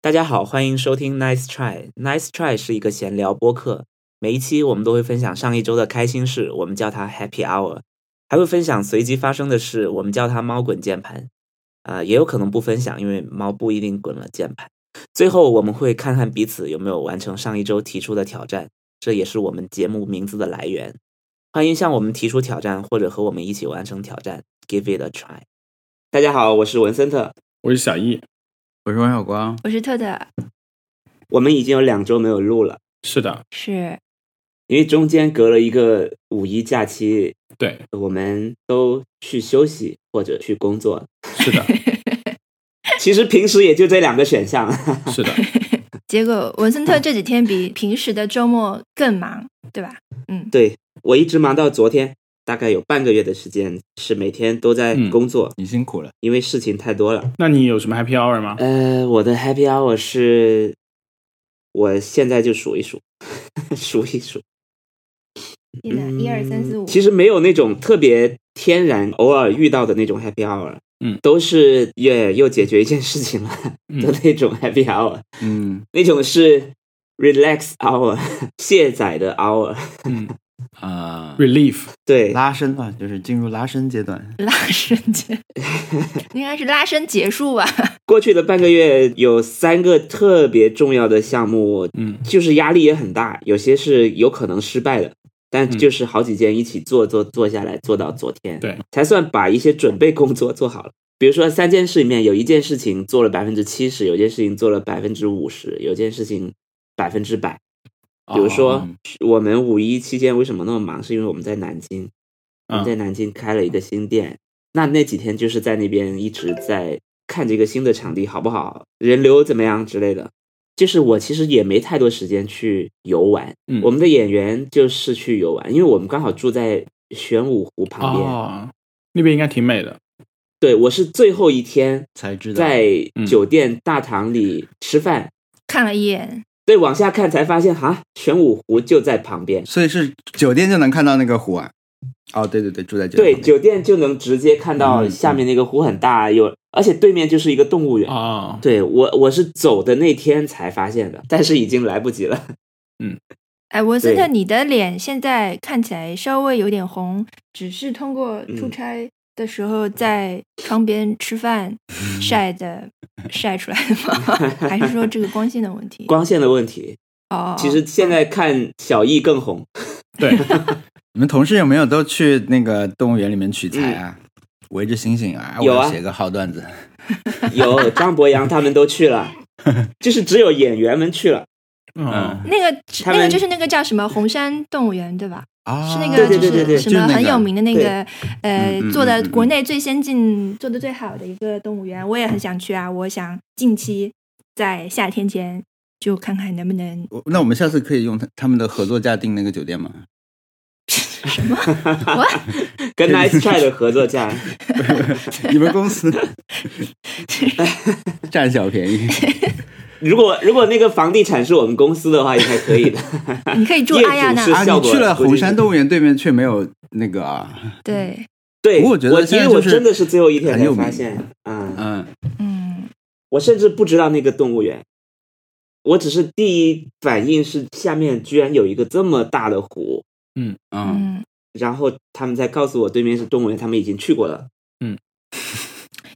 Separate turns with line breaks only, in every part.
大家好，欢迎收听 Nice Try。Nice Try 是一个闲聊播客，每一期我们都会分享上一周的开心事，我们叫它 Happy Hour，还会分享随机发生的事，我们叫它猫滚键盘。啊、也有可能不分享，因为猫不一定滚了键盘。最后我们会看看彼此有没有完成上一周提出的挑战，这也是我们节目名字的来源。欢迎向我们提出挑战，或者和我们一起完成挑战，Give it a try。大家好，我是文森特。
我是小易。
我是王小光，
我是特特，
我们已经有两周没有录了，
是的，
是
因为中间隔了一个五一假期，
对，
我们都去休息或者去工作。
是的，
其实平时也就这两个选项。
是的，
结果文森特
嗯
这几天比平时的周末更忙，对吧？嗯，
对我一直忙到昨天，大概有半个月的时间是每天都在
嗯
工作，
你辛苦了。
因为事情太多了。
那你有什么 happy hour 吗？
呃，我的 happy hour 是，我现在就数一 数，数一数。
天哪，一二三四五，
嗯其实没有那种特别天然偶尔遇到的那种 happy hour，
嗯
都是也又解决一件事情了
嗯
的那种 happy hour，、
嗯
那种是 relax hour 卸载的 hour，
嗯
啊，
，relief
对，
拉伸吧，就是进入拉伸阶段。
拉伸 结，应该是拉伸结束吧？
过去的半个月有三个特别重要的项目，
嗯，
就是压力也很大，有些是有可能失败的，但
嗯
就是好几件一起做做做下来，做到昨天，
对，
才算把一些准备工作做好了。比如说三件事里面有一件事情做了百分之七十，有件事情做了百分之五十，有件事情百分之百。比如说
哦，
嗯
我们五一期间为什么那么忙，是因为我们在南京，我们在
嗯
南京开了一个新店，那那几天就是在那边一直在看这个新的场地好不好，人流怎么样之类的。就是我其实也没太多时间去游玩，
嗯
我们的演员就是去游玩，因为我们刚好住在玄武湖旁边。
哦，那边应该挺美的，
对我是最后一天
才知道，
在
嗯
酒店大堂里吃饭，
看了一眼，
对，往下看才发现哈，玄武湖就在旁边。
所以是酒店就能看到那个湖啊。哦，对对对，住在酒店
对，
旁边。
酒店就能直接看到
嗯
下面那个湖很大，有而且对面就是一个动物园。
啊
哦，
对我我是走的那天才发现的，但是已经来不及了。
哎，文森特，
对
你的脸现在看起来稍微有点红，只是通过
嗯
出差的时候在窗边吃饭
嗯
晒的晒出来的吗？ 还是说这个光线的问题？
光线的问题，
哦，
其实现在看小易更 红，
对，
你们同事有没有都去那个动物园里面取材啊？围着星星啊，
有啊
我要写个好段子。
有张博洋他们都去 了，就是只有演员们去了。
嗯，
那个
他
那个
们
就是那个叫什么红山动物园对吧？
啊，
是那
对
个
哦对
就
对对对
是什么很有名的那
对
个呃
嗯嗯，
做的
嗯嗯
国内最先进、做的最好的一个动物园，我也很想去啊！我想近期在夏天前就看看能不能
我那我们下次可以用他他们的合作价订那个酒店吗？
什么 What？
跟 Nice Try 的合作价，
你们公司 占小便宜，
如果如果那个房地产是我们公司的话，也还可 以的。
你可以住
业主
阿亚那
是
儿，
啊，
效
你
果
去了
估计
红山动物园 对面却没有那个啊，
对，
对，
不过我觉得
因
现在
为
就
我
是
真的是最后一天
很
才
有
发
名
现啊、嗯，
嗯，
嗯，
我甚至不知道那个动物园，我只是第一反应是下面居然有一个这么大的湖，啊
嗯，
嗯，
然后他们再告诉我对面是动物园，他们已经去过了。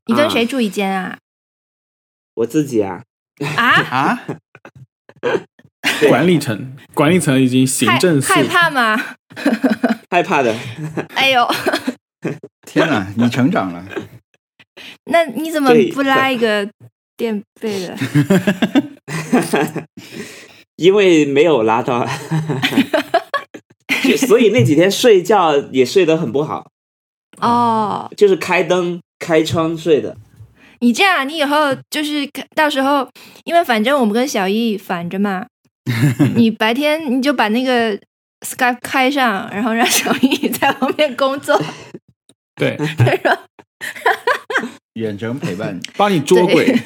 你
啊
跟谁住一间啊？
我自己啊，
啊，
啊，
管理层，管理层已经行
害
政诉
害怕吗？
害怕的。
哎呦，
天哪，你成长了，
那你怎么
对
不拉一个垫背的？
因为没有拉到， 就所以那几天睡觉也睡得很不好，
哦，
就是开灯、开窗睡的。
你这样，你以后就是到时候，因为反正我们跟小易反着嘛，你白天你就把那个 Skype 开上，然后让小易在旁边工作，
对，
远程陪伴，
帮你捉鬼，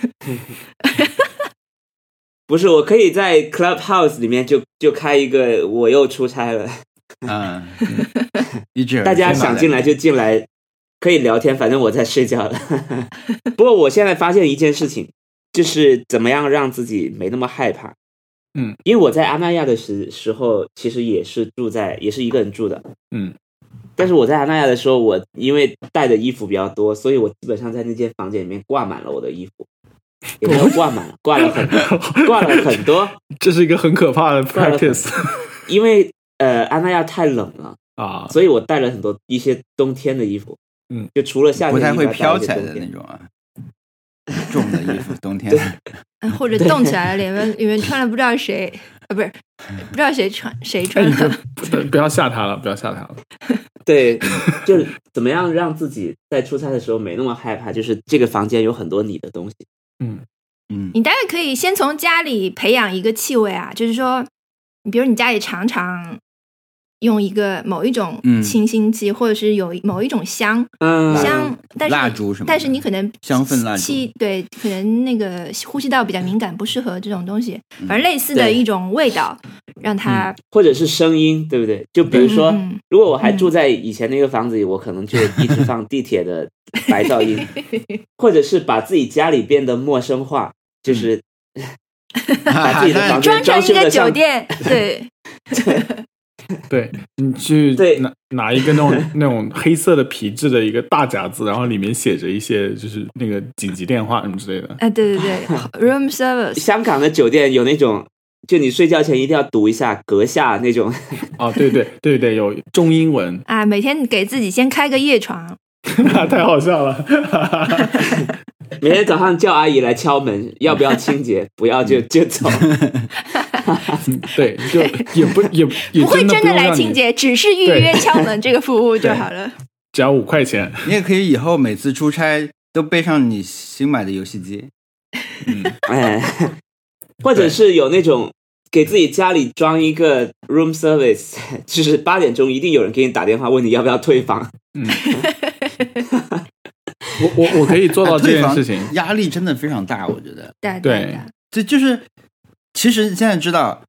不是，我可以在 Clubhouse 里面就就开一个，我又出差了，
嗯，一直
大家想进来就进来， 可以聊天，反正我在睡觉了。不过我现在发现一件事情，就是怎么样让自己没那么害怕。
嗯，
因为我在阿那亚的时时候，其实也是住在，也是一个人住的。
嗯，
但是我在阿那亚的时候，我因为带的衣服比较多，所以我基本上在那间房间里面挂满了我的衣服，也没有挂满，挂了很多，挂了很多，
这是一个很可怕的
挂了很
practice
因为呃阿那亚太冷了，
啊，
所以我带了很多一些冬天的衣服。
嗯，
就除了夏天
不太
以
会
外
飘
带了一些
起来
冬
的
天
那种啊，重的衣服，冬天
嗯或者冻起来了，里面里面穿了不知道谁，呃，不是不知道谁穿谁
哎，
穿
你不
了，
不不要吓他了，不要吓他了。
对， 就是怎么样让自己在出差的时候没那么害怕，就是这个房间有很多你的东西。
嗯
嗯，
你大概可以先从家里培养一个气味啊，就是说，你比如你家里常常用一个某一种
嗯
清新剂，或者是有一某一种香
嗯，
香，但是
蜡烛什么的
但是 你可能
香氛蜡烛
气对，可能那个呼吸道比较敏感，不适合这种东西，
嗯
反正类似的
对
一种味道，让它
或者是声音，对不对？就比如说，
嗯嗯
如果我还住在以前那个房子里，我可能就一直放地铁的白噪音，或者是把自己家里变得陌生化，就是
嗯啊
把自己的房间
装成
装
一
修
个
的像
酒 店，对，
对 你去
对
拿拿一个那种那种黑色的皮质的一个大夹子，然后里面写着一些就是那个紧急电话什么之类的。
啊，对对对 ，room service，
香港的酒店有那种，就你睡觉前一定要读一下阁下那种，
哦，对对对对，有中英文，
啊，每天给自己先开个夜床，
太好笑了。
每天早上叫阿姨来敲 门，要不要清洁？不要
嗯
就就走。
对，就也不也也
不会
的
真
不
的
用
来
让
清
你，
洁，只是预
对
约敲门这个服 务就好了。
只要五块钱。
你也可以以后每次出差都背上你新买的游戏机，
嗯，
哎， 或者是有那种给自己家里装一个 room service，就是 八点钟一定有人给你打电话问你要不要退房。
我我我可以做到这
退
件
房
事情。
压力真的非常大，我觉得。
对啊
对
这就是，其实现在知道，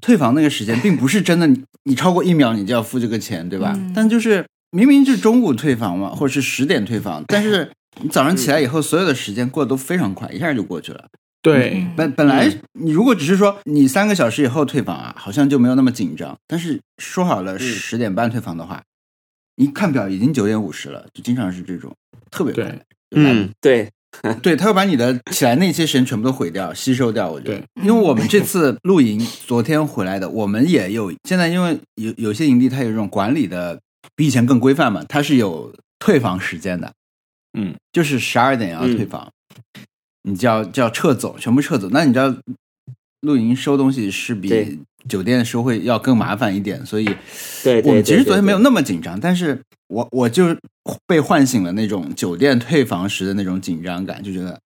退房那个时间并不是真的你，你超过一秒你就要付这个钱，对吧？
嗯
但就是明明是中午退房嘛，或者是十点退房，但是你早上起来以后，所有的时间过得都非常快，一下就过去了。
对，
嗯
本本来你如果只是说你三个小时以后退房啊，好像就没有那么紧张。但是说好了十点半退房的话，一看表已经九点五十了，就经常是这种特别快
对。
嗯
就来不及了，
哎对，
对，他会把你的起来那些时间全部都毁掉、吸收掉。我觉得
对，
因为我们这次露营，昨天回来的，我们也有现在，因为有有些营地它有这种管理的比以前更规范嘛，它是有退房时间的，
嗯，
就是十二点要退房，你就要就要撤走，全部撤走。那你知道露营收东西是
对
比酒店收会要更麻烦一点，所以
对对
我们其
对对
实昨天没有
对
那么紧张，但是我我就被唤醒了那种酒店退房时的那种紧张感，就觉得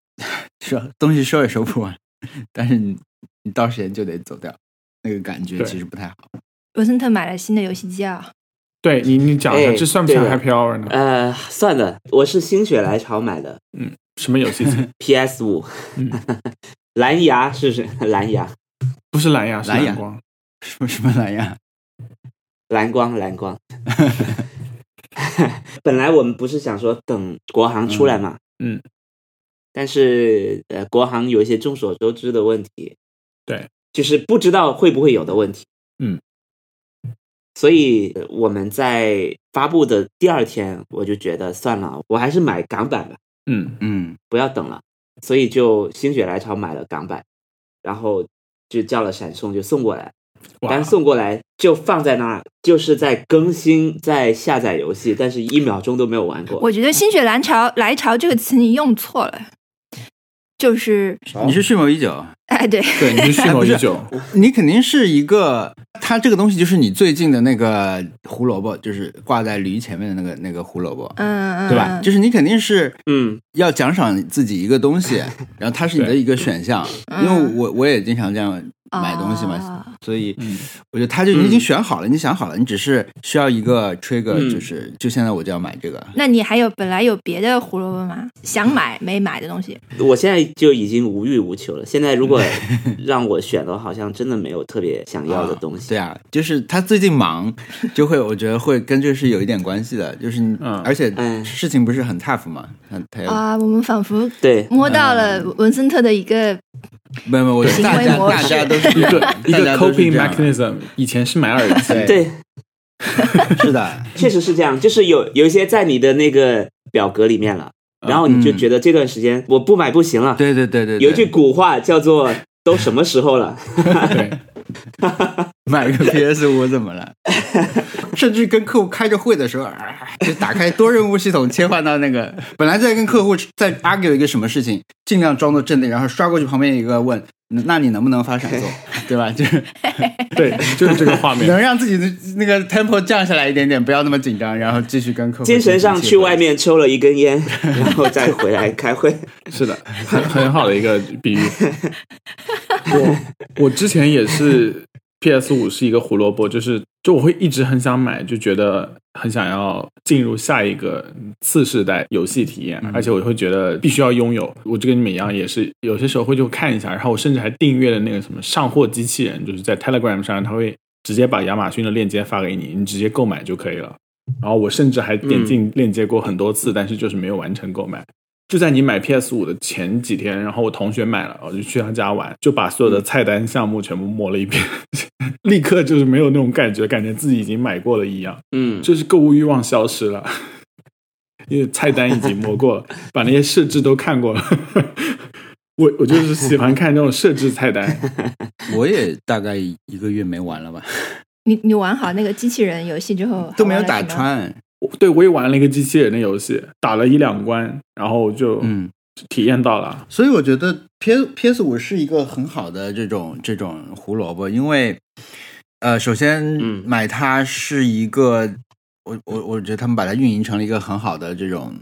收东西收也收不完，但是你你到时间就得走掉，那个感觉
对
其实不太好。
文森特买了新的游戏机啊，
对你你讲一下，
哎
这算不算
对的
happy hour 呢？
呃，算了，我是心血来潮买的
什么游戏机？
PS 五，
嗯
蓝牙是不是 蓝牙？
不是蓝牙，是
蓝牙
蓝光。
什么什么蓝牙？
蓝光，蓝光。 本来我们不是想说等国行出来嘛，
嗯嗯
但是呃，国行有一些众所周知的问题，
对，
就是不知道会不会有的问题，
嗯，
所以呃我们在发布的第二天，我就觉得算了，我还是买港版吧，
嗯，
嗯，
不要等了，所以就心血来潮买了港版，然后就叫了闪送就送过来，
哇
但，是送过来就放在那儿，就是在更新，在下载游 戏，但是一秒钟都没有玩过。
我觉得“心血来潮”来潮这个词你用错了，就是
你是蓄谋已久，
哎，对，
对，你是蓄谋
哎
已 久。
你肯定是一个，它这个东西就是你最近的那个胡萝卜，就是挂在驴前面的那个那个胡萝卜，
嗯，嗯
对吧？
嗯
就是你肯定是
嗯，
要奖赏自己一个东西，然后它是你的
对
一个选项，
嗯
因为我我也经常这样买东西嘛，
啊
所以
嗯
我觉得他就你已经选好了，你想好了，你只是需要一个 trigger，、
嗯
就是就现在我就要买这个。
那你还有本来有别的胡萝卜吗？想买没买的东西？
我现在就已经无欲无求了。现在如果让我选的话，好像真的没有特别想要的东
啊
西。
对啊，就是他最近忙，就会我觉得会跟这个是有一点关系的，就是你、
嗯
而且
哎
事情不是很 tough 嘛，他他要、
啊，我们仿佛
嗯
对
摸到了文森特的一个
没有没有，我觉得
行
大
为
家
模式
大家都是
一个 一
大
个
家都是
coping
这样
mechanism，以前是买耳机，
对
对，
是的，
确实是这样，就是有有一些在你的那个表格里面了，然后你就觉得这段时间我不买不行了。
嗯对对对对，对
有一句古话叫做“都什么时候 了
对，
买个 PS 五怎么了？ 甚至跟客户开着会的时候，啊就打开多任务系统，切换到那个本来在跟客户在 argue 一个什么事情，尽量装作镇定，然后刷过去旁边一个问，那你能不能发闪 送，对吧？就是
对，就是这个画面
能。让自己的那个 tempo 降下来一点点，不要那么紧张，然后继续跟客户”，
精神上
进行
去
切换
外面抽了一根烟，然后再回来开会。
是的，很很好的一个比喻。我我之前也是 PS 五是一个胡萝卜，就是就我会一直很想买，就觉得很想要进入下一个次世代游戏体验，而且我会觉得必须要拥有。我就跟你们一样，啊也是有些时候会就看一下，然后我甚至还订阅了那个什么上货机器人，就是在 Telegram 上，它会直接把亚马逊的链接发给你，你直接购买就可以了。然后我甚至还点进链接过很多次，但是就是没有完成购买。就在你买 PS 五的前几天，然后我同学买了，我就去他家玩，就把所有的
嗯
菜单项目全部摸了一遍， 立刻就是没有那种感觉，感觉自己已经买过了一样，
嗯，
就是购物欲望消失了，因为菜单已经摸过了，把那些设置都看过了。我我就是喜欢看这种设置菜单，
我也大概一个月没玩了吧，
你你玩好那个机器人游戏之后
都
哦
没有
还
打。
玩了什么
穿。
我对我也玩了一个机器人的游戏，打了一两关，然后就
嗯，
体验到了。
所以我觉得 P P S 五是一个很好的这种这种胡萝卜，因为呃，首先
嗯
买它是一个，我我我觉得他们把它运营成了一个很好的这种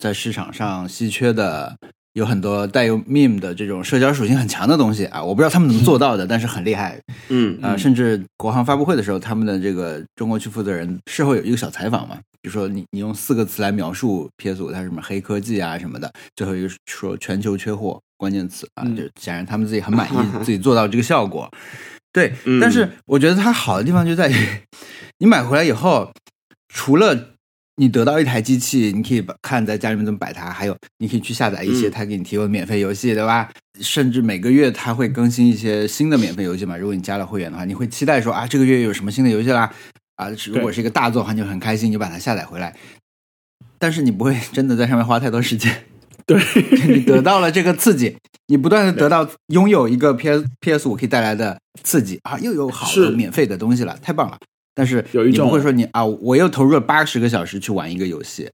在市场上稀缺的。有很多带有 meme 的这种社交属性很强的东西啊，我不知道他们怎么做到的，但是很厉害。
嗯
啊、
嗯
甚至国行发布会的时候，他们的这个中国区负责人事后有一个小采访嘛，比如说你你用四个词来描述 PS 五它是什么黑科技啊什么的，最后一个是说全球缺货关键词啊，
嗯
就显然他们自己 很满意自己做到这个效果。对，
嗯
但是我觉得它好的地方就在于，你买回来以后，除了你得到一台机器，你可以把看在家里面怎么摆它，还有你可以去下载一些
嗯
它给你提供的免费游戏，对吧？甚至每个月它会更新一些新的免费游戏嘛。如果你加了会员的话，你会期待说啊，这个月有什么新的游戏啦？啊，如果是一个大作的话，你就很开心，你就把它下载回来。但是你不会真的在上面花太多时间，
对，
你得到了这个刺激，你不断的得到拥有一个 PS PS 五可以带来的刺激啊，又有好
是
的免费的东西了，太棒了。但是
有一
你不
种
会说你啊，我又投入了八十个小时去玩一个游戏，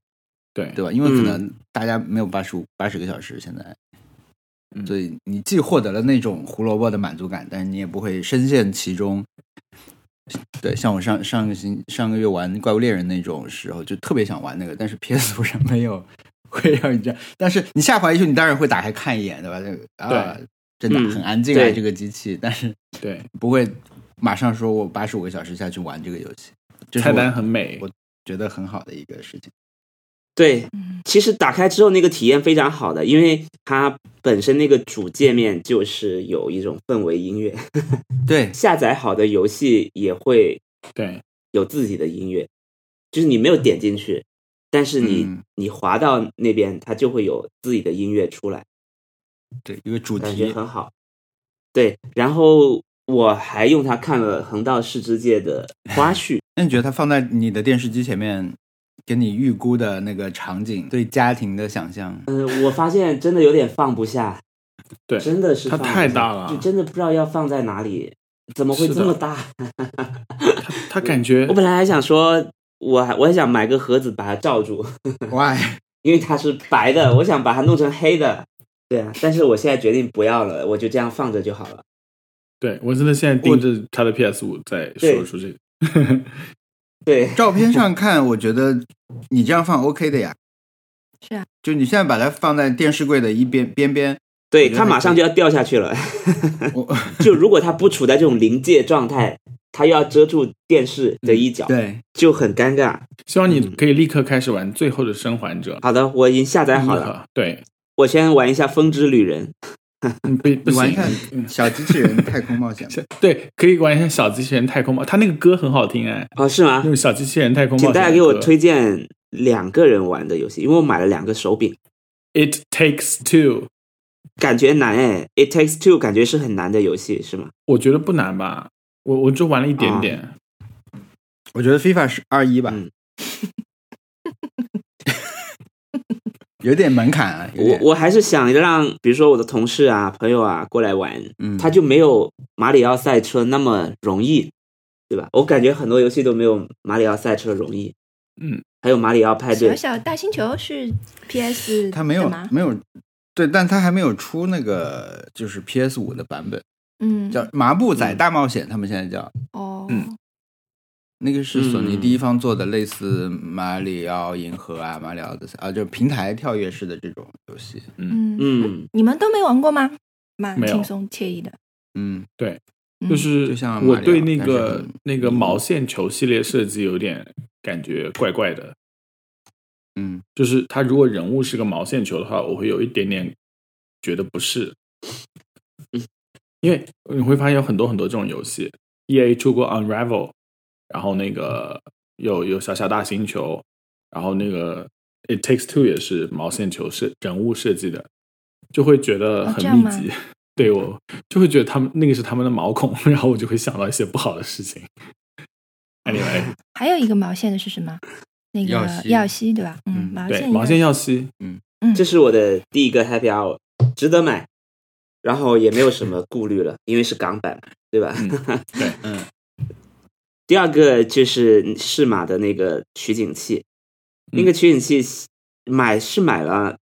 对
对吧？因为可
嗯
能大家没有八十五八十个小时现在，
嗯
所以你既获得了那种胡萝卜的满足感，但是你也不会深陷其中。对，像我上上个星上个月玩《怪物猎人》那种时候，就特别想玩那个，但是 PS 五上没有，会让你这样。但是你下滑一去，你当然会打开看一眼，对吧？这个啊，真的
嗯
很安静啊，
对
这个机器，但是
对，
不会马上说我八十五个小时下去玩这个游戏。这是
菜单
我
很美
我，觉得很好的一个事情。
对
嗯，
其实打开之后那个体验非常好的，因为它本身那个主界面就是有一种氛围音乐，
对，
下载好的游戏也会
对，
有自己的音乐，就是你没有点进去，但是你、
嗯
你滑到那边，它就会有自己的音乐出来，
对，一个主
感觉
题，
很好。对，然后我还用它看了横道世之介的花絮，
那你觉得它放在你的电视机前面，跟你预估的那个场景对家庭的想 象，
嗯、我发现真的有点放不下，
对
真的是
它
放不
太
下
大了
就真的不知道要放在哪里，怎么会
是
这
的
么 大？
他他感觉
我本来还想说，我还我还想买个盒子把它罩住，
哇，
因为它是白的，我想把它弄成黑的。对啊，但是我现在决定不要了，我就这样放着就好了。
对文森特现在盯着他的 PS 五在说出这个，
对，
照片上看，我觉得你这样放 OK 的呀。
是啊，
就你现在把它放在电视柜的一边边边，
对他马上就要掉下 去了。
我
就如果他不处在这种临界状态，他又要遮住电视
嗯
的一角，
对，
就很尴尬。
希望你可以立刻开始玩《最后的生还者》。
好的，我已经下载好
嗯
了，
对，
我先玩一下《风之旅人》。
你不不
你玩一
行
下， 小机器人太空冒险吧，
对，可以玩一下《小机器人太空冒》，他那个歌很好听哎，
哦，是吗
那？种《小机器人太空冒
请
险》的歌。
大家给我推荐两个人玩的游戏，因为我买了两个手柄，
It Takes Two，
感觉难哎。It Takes Two 感觉是很难的游戏，是吗？
我觉得不难吧，我我就玩了一点点。
我觉得 FIFA 是二一吧
嗯，
有点门槛啊，有
我
点
我还是想让，比如说我的同事啊、朋友啊过来玩，
嗯，
它就没有马里奥赛车那么容易，对吧？我感觉很多游戏都没有马里奥赛车容易。
嗯，
还有马里奥派
小
对，
小大星球是 PS
它没有
的吗？
没有。对，但它还没有出那个就是 PS 五的版本，
嗯，
叫《麻布仔大冒险》，他们现在叫
哦，
嗯
那个是索尼第一
嗯
方做的，类似马里奥银河啊、马里奥的啊，就是平台跳跃式的这种游戏。
嗯
嗯，
你们都没玩过吗？蛮
没有
轻松惬意的，
嗯，
嗯
就是
就像
我
马里奥
对那
但是
个
很
那个毛线球系列设计有点感觉怪怪的，
嗯，
就是他如果人物是个毛线球的话，我会有一点点觉得不适
嗯，
因为你会发现有很多很多这种游戏，E A 出过 Unravel，然后那个有有小小大星球，然后那个 It Takes Two 也是毛线球设人物设计的，就会觉得
哦这
很
样
密
吗
集。对我就会觉得他们那个是他们的毛孔，然后我就会想到一些不好的事情。Anyway，
还有一个毛线的是什么？那个
耀西
耀西对吧？嗯，
嗯
毛
对
线
毛线耀西，
嗯，
这是我的第一个 Happy Hour，值得买，然后也没有什么顾虑了，因为是港版，对吧？
对，
嗯。
第二个就是适马的那个取景器，
嗯
那个取景器买是买了，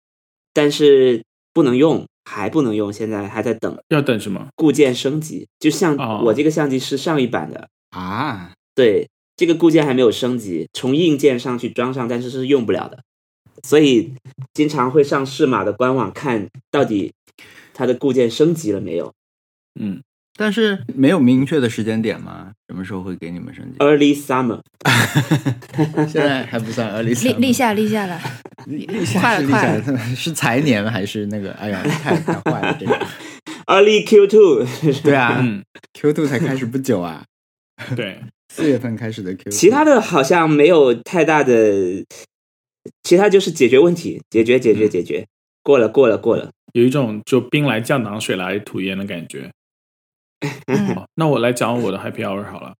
但是不能用，还不能用，现在还在等
要等什么？
固件升级。就像
哦
我这个相机是上一版的，
啊，
对，这个固件还没有升级，从硬件上去装上，但是是用不了的，所以经常会上适马的官网看到底它的固件升级了没有。
嗯，
但是没有明确的时间点吗？什么时候会给你们升级？
Early summer，
现在还不算 early
呃立
summer
立夏立夏了，
立
快
立夏
了
是立
快
夏， 是财年还是那个？哎呀，太太坏了，这 个。
early Q two，
对啊
嗯，
，Q two 才开始不久啊，
对，
四月份开始的 Q。
其他的好像没有太大的，其他就是解决问题，解决解
嗯
决解决，过了过了过了，
有一种就兵来将挡，水来土掩的感觉。
嗯
好，那我来讲我的 Happy Hour 好了。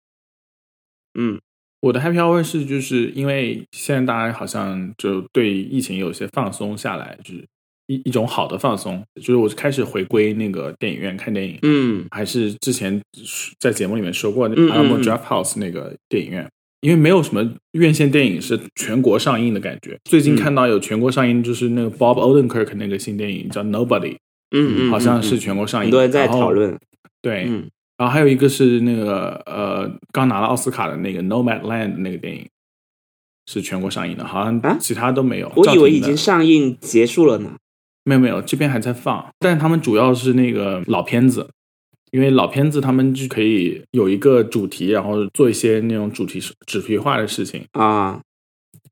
嗯
我的 Happy Hour 是就是因为现在大家好像就对疫情有些放松下来，就是一一种好的放松，就是我开始回归那个电影院看电影。
嗯
还是之前在节目里面说过那
嗯嗯
Alamo
嗯
Draft House 那个电影院，因为没有什么院线电影是全国上映的感觉。最近
嗯
看到有全国上映，就是那个 Bob Odenkirk 那个新电影叫 Nobody，
嗯嗯，
好像是
嗯
全国上映，
很多人在
然后哎
讨。论，
对，
嗯
然后还有一个是那个呃，刚拿了奥斯卡的那个《Nomadland》那个电影，是全国上映的，好
啊
像其他都没有。
我以为
赵婷
已
的
经上映结束了呢，
没有没有，这边还在放，但是他们主要是那个老片子，因为老片子他们就可以有一个主题，然后做一些那种主题主题化的事情，
啊，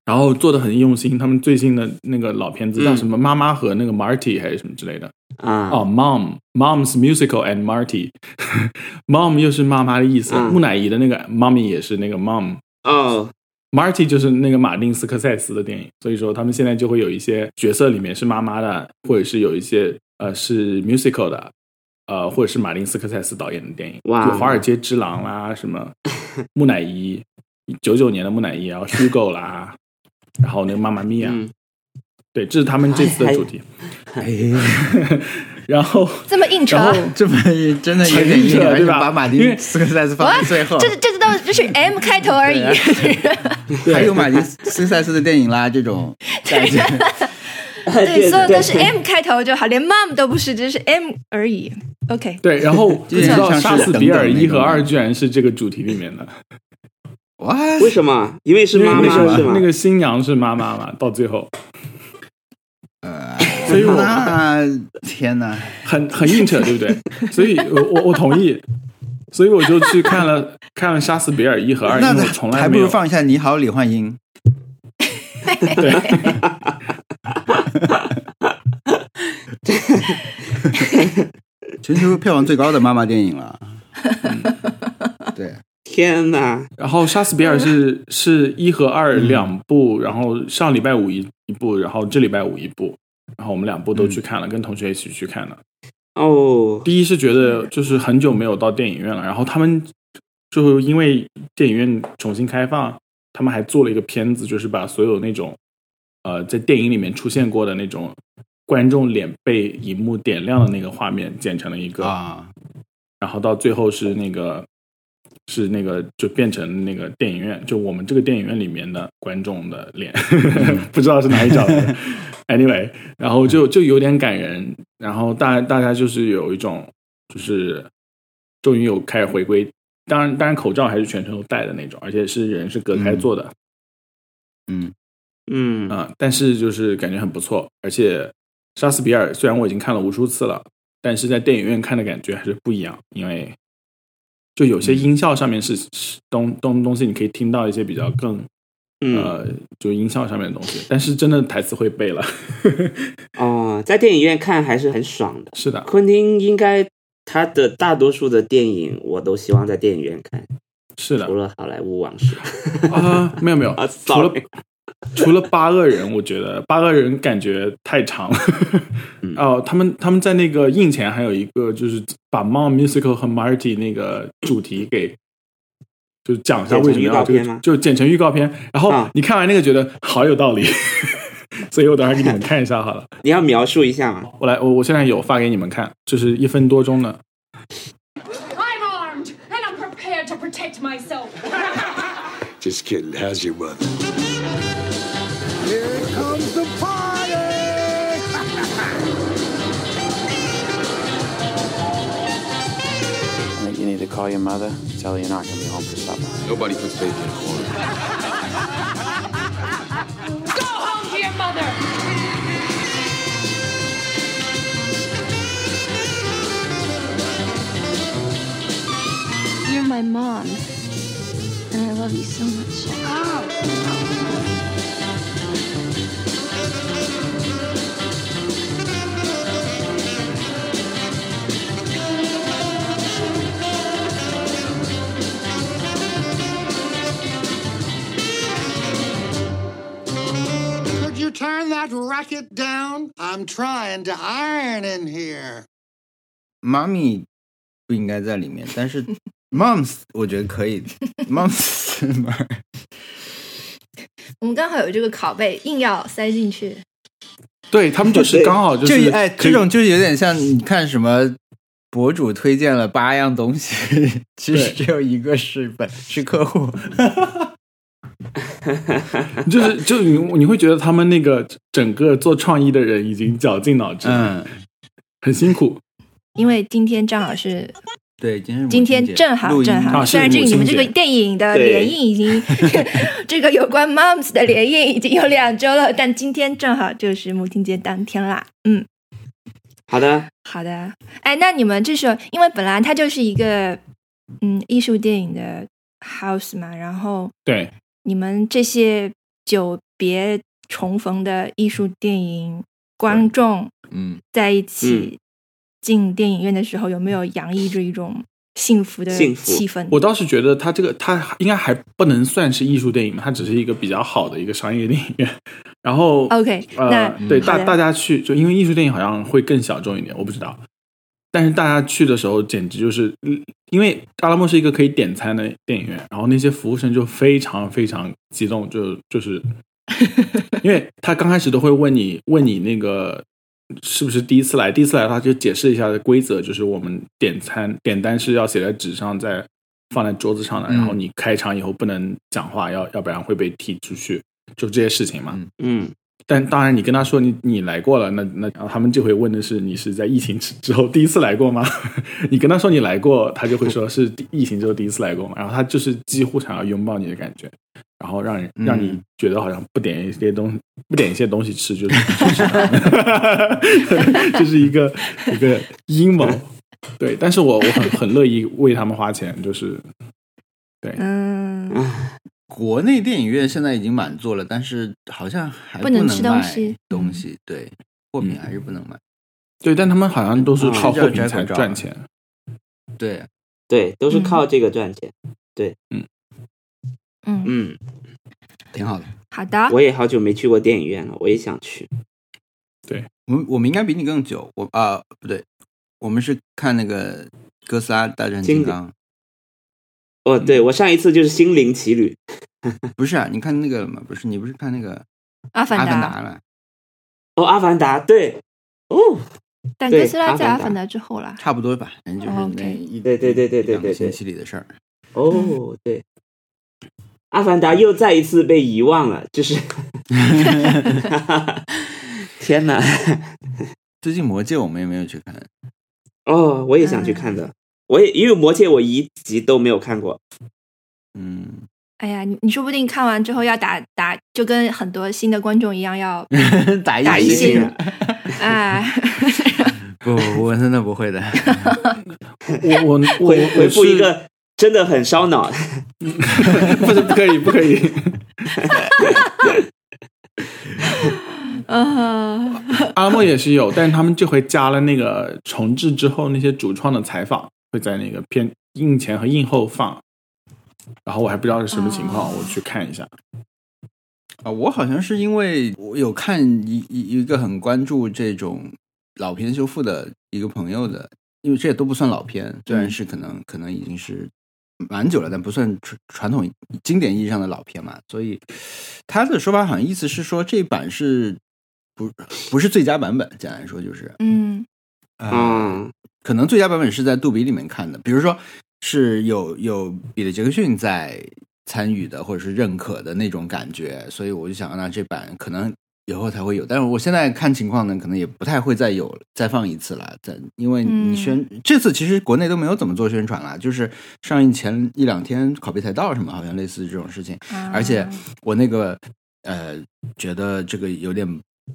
然后做的很用心。他们最近的那个老片
嗯
子叫什么？妈妈和那个 Marty 还是什么之类的？
啊，
哦，Mom Mom's Musical and Marty 。Mom 又是妈妈的意思，啊
嗯
木乃伊的那个 Mommy 也是那个 Mom。
哦，
Marty 就是那个马丁斯科塞斯的电影，所以说他们现在就会有一些角色里面是妈妈的，或者是有一些呃是 musical 的，呃或者是马丁斯科塞斯导演的电影，
哇
就《华尔街之狼》啦，什么木乃伊，九九年的木乃伊，然后 Hugo 啦，啊然后那个妈妈咪呀，
嗯，
对，这是他们这次的主题。
哎，
然后
这么应酬，
然
这么真的有点
诚意
硬，
了
而且
对吧
把马
因
丁
为
斯科塞斯放
哇
在最后，
这这这都这是 M 开头而已，
还有马丁斯 科塞斯的电影啦，这种感觉。
对，所有都是
对
M 开头就好，连 mom 都不是，只是 M 而已。OK，
对，然 后不知道
就
《
是
杀
像是
死比尔》
等等那
一和
种
二居然是这个主题里面的，
哇，
为什么？因为是
因为
妈
那
妈
个
是吗？
那个新娘是妈妈嘛，到最后。
呃，
所以我
那天哪，
很很硬扯，对不 对？所以我我我同意，所以我就去看 了看了《杀死比尔》一和二，因
那
为我从来
还
没
不
有
如放一下《你好，李焕英》。
对，
全球票房最高的妈妈电影了。对，
天哪，
然后《杀死比尔是》
嗯
是一和二两部，然后上礼拜五一一部，然后这礼拜五一部，然后我们两部都去看了，跟同学一起去看的。
哦，
第一是觉得就是很久没有到电影院了，然后他们就因为电影院重新开放，他们还做了一个片子，就是把所有那种呃在电影里面出现过的那种观众脸被荧幕点亮的那个画面剪成了一个
啊，
然后到最后是那个是那个就变成那个电影院，就我们这个电影院里面的观众的脸， 不知道是哪里找的。anyway，然后就就有点感人，然后大大家就是有一种就是终于有开始回归，当然当然口罩还是全程都戴的那种，而且是人是隔开坐的，
嗯，
嗯
啊、但是就是感觉很不错，而且《杀死比尔》虽然我已经看了无数次了，但是在电影院看的感觉还是不一样，因为就有
嗯
些音效上面是是东东东西，你可以听到一些比较更
嗯
呃，就音效上面的东西，但是真的台词会背了，
哦，在电影院看还是很爽的。
是的，
昆汀应该他的大多数的电影我都希望在电影院看，
是的
除了好莱坞往事。
啊，没有没有
啊，
除了
，sorry，
除了八恶人，我觉得八恶人感觉太长了。
嗯
哦，他们他们在那个映前还有一个，就是把《Mom Musical》和《Marty》那个主题给就是讲一下为什么要这
剪成预告片吗
个，就剪成预告片。然后
啊
你看完那个觉得好有道理， 所以我等会儿给你们看一下好了。
你要描述一下吗？
我来，我我现在有发给你们看，就是一分多钟的。
I'm armed and I'm prepared to protect myself.
Just kidding. How's your mother?
Here comes the party!
I think you need to call your mother, tell her you're not going to be home for supper.
Nobody puts faith in a woman.
Go home to your mother.
You're my mom. And I love you so much.
Could you turn that racket down? I'm trying to iron in here.
妈咪不应该在里面，但是 moms 我觉得可 以，moms
我们刚好有这个拷贝，硬要塞进去。
对他们就是
对
刚好就是
这哎
可以
这种就是有点像你看什么。博主推荐了八样东西，其实只有一个是本是客户，
嗯就是就你你会觉得他们那个整个做创意的人已经绞尽脑汁，
嗯，
很辛苦。
因为今天正好是
对，今天是母
今
亲节
天正好
录音
正好，
啊是
虽然这
母
个你
亲
们这个
节
电影的
对
联映已经， 这个有关 moms 的联映已经有两周了，但今天正好就是母亲节当天啦。嗯，
好的，
好的。哎，那你们这时候，因为本来它就是一个嗯艺术电影的 house 嘛，然后
对，
你们这些久别重逢的艺术电影观众
嗯，
在一起进电影院的时候，有没有洋溢着一种幸福的
幸福
气氛？
我倒是觉得他这个他应该还不能算是艺术电影嘛，它只是一个比较好的一个商业电影院。然后
OK，那
呃，对
好
大
的
大家去，就因为艺术电影好像会更小众一点，我不知道。但是大家去的时候，简直就是，嗯因为阿拉莫是一个可以点餐的电影院，然后那些服务生就非常非常激动，就就是，因为他刚开始都会问你问你那个是不是第一次来，第一次来他就解释一下的规则，就是我们点餐点单是要写在纸上，再放在桌子上的，
嗯
然后你开场以后不能讲话，要要不然会被踢出去，就这些事情嘛。
嗯
嗯
但当然，你跟他说你你来过了，那那啊他们就会问的是你是在疫情之之后第一次来过吗？ 你跟他说你来过，他就会说是第疫情之后第一次来过嘛。然后他就是几乎想要拥抱你的感觉，然后让人
嗯
让你觉得好像不点一些东西不点一些东西吃就是 就是 这是一个一个阴谋。对，但是我我很很乐意为他们花钱，就是
嗯，
啊
国内电影院现在已经满座了，但是好像还
不能
能
吃东
卖
西嗯
东西对货品还是不能买。
对，但他们好像都是
嗯
靠
这
货
这
品
可
才
着
赚
了
钱。
对，
对，都是靠这个赚钱。
嗯，
嗯，
挺好的。
好
啊
的，
我也好久没去过电影院了，我也想去。
我们我们应该比你更久。我啊不对，我们是看那个《哥斯拉大战金
经典
刚》，
哦，
嗯
对，我上一次就是《心灵奇旅》，
不是啊？你看那个了吗？不是，你不是看那个《
阿凡
阿凡
达，
达》了？
哦，《阿凡达》，对，哦，
但
对
哥斯拉
阿
在
凡达
阿凡达之后啦。
差不多吧，反正就是那
哦 OK
一
对对对对对
两个
对对
星期里的事儿。
嗯
哦，对，《阿凡达》又再一次被遗忘了， 就是， 天哪！
最近《魔戒》我们也没有去看，
哦，我也想去看
嗯
的，我也因为《魔戒》我一集都没有看过。
嗯，
哎呀，你你说不定看完之后要打打，就跟很多新的观众一样要
打一
打一
星
星
啊
哎，
不不，不我真的不会的。
我我我
回
我
回复一
是啊
个真的很烧脑。
不是 不可以，不可以。
嗯，
阿莫也是有，但是他们这回加了那个重置之后那些主创的采访，会在那个片映前和映后放。然后我还不知道是什么情况，
哦
我去看一下。
啊，我好像是因为我有看一一一个很关注这种老片修复的一个朋友的，因为这也都不算老片，虽然是可能、可能已经是蛮久了，但不算传传统经典意义上的老片嘛，所以他的说法好像意思是说这版是不不是最佳版本，简单说就是，
嗯，
啊
嗯，
可能最佳版本是在杜比里面看的，比如说是有有彼得杰克逊在参与的，或者是认可的那种感觉，所以我就想，那这版可能以后才会有，但是我现在看情况呢，可能也不太会再有再放一次了，再因为你宣、这次其实国内都没有怎么做宣传啦，就是上映前一两天拷贝才到什么，好像类似这种事情，
啊
而且我那个呃，觉得这个有点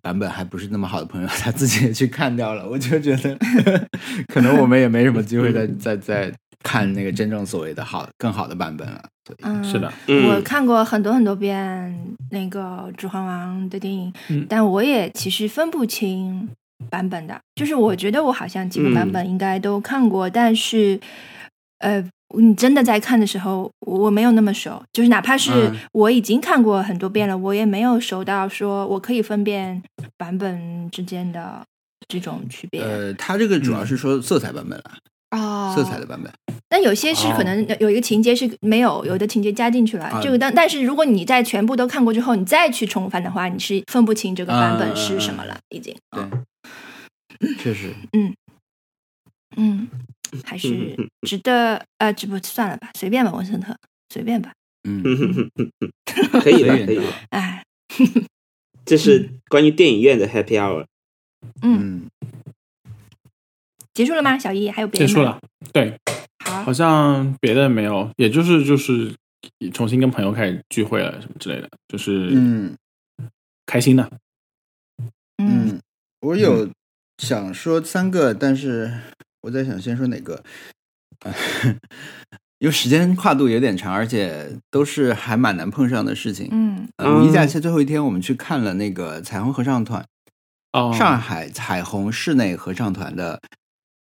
版本还不是那么好的朋友， 他自己也去看掉了，我就觉得 可能我们也没什么机会再再再看那个真正所谓的好更好的版本了。所以
嗯
是的，
我
嗯，
看过很多很多遍那个《指环王》的电影，
嗯
但我也其实分不清版本的。就是我觉得我好像几个版
嗯
本应该都看过，但是，呃，你真的在看的时候，我我没有那么熟。就是哪怕是
嗯
我已经看过很多遍了，我也没有熟到说我可以分辨版本之间的这种区别。
呃，他这个主要是说色彩版本了，
哦，
色彩的版本。
但有些是可能有一个情节是没有，有的情节加进去了。
哦啊
这个但但是如果你在全部都看过之后，你再去重翻的话，你是分不清这个版
嗯嗯
本
嗯
是什么了，已经。
对，确实，
嗯，还是
嗯
值得呃，这不算了吧，随便吧，文森特，随便吧。
嗯，
可以了，可以了。
哎，
这是关于电影院的 Happy Hour。
嗯，
嗯，
结束了吗？小易还有别
结
的？
束。了。对，
好
好，像别的没有，也就是就是重新跟朋友开始聚会了什么之类的，就是
嗯
开心的。
嗯
嗯，我有想说三个，但是我在想先说哪个， 因为时间跨度有点长，而且都是还蛮难碰上的事情。
嗯
呃五一假
嗯
期最后一天，我们去看了那个彩虹合唱团，
哦，
上海彩虹室内合唱团的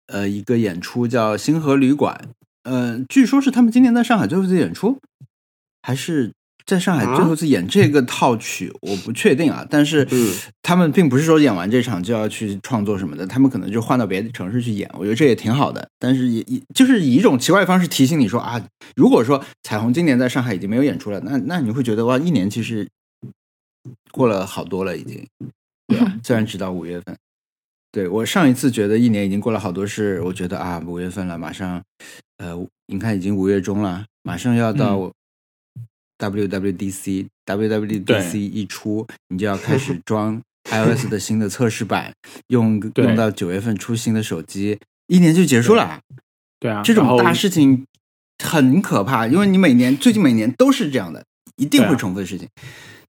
呃一个演出，叫《星河旅馆》。呃，据说是他们今年在上海最后一次演出，还是在上海最后一次演这个套曲，我不确定啊。但是
嗯
他们并不是说演完这场就要去创作什么的，他们可能就换到别的城市去演。我觉得这也挺好的，但是也也就是以一种奇怪的方式提醒你说啊，如果说彩虹今年在上海已经没有演出了，那那你会觉得哇，一年其实过了好多了，已经。对啊虽然只到五月份。对我上一次觉得一年已经过了好多事，我觉得啊，五
嗯
月份了，马上，呃，你看已经五月中了，马上要到、 WWDC。WWDC
对
一出，你就要 开始装 iOS 的新的测试版，用
对
用到九月份出新的手机，一年就结束了。
对啊，
这
然
种
后
大事情很可怕，因为你每年最近每年都是这样的，一定
对啊
会重复的事情。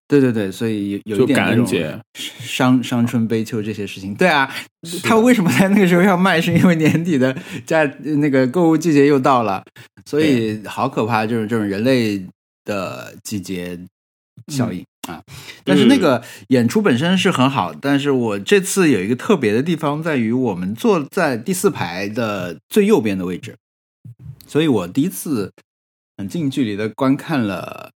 对对对，所以有有
就
一点
感
那
恩
种
节
伤伤春悲秋这些事情。对啊，
是的
他为什么在那个时候要卖？是因为年底的价那个购物季节又到了，所以好可怕，就是这种人类的季节效
嗯
应、啊。但是那个演出本身是很好，但是我这次有一个特别的地方在于，我们坐在第四排的最右边的位置，所以我第一次很近距离的观看了。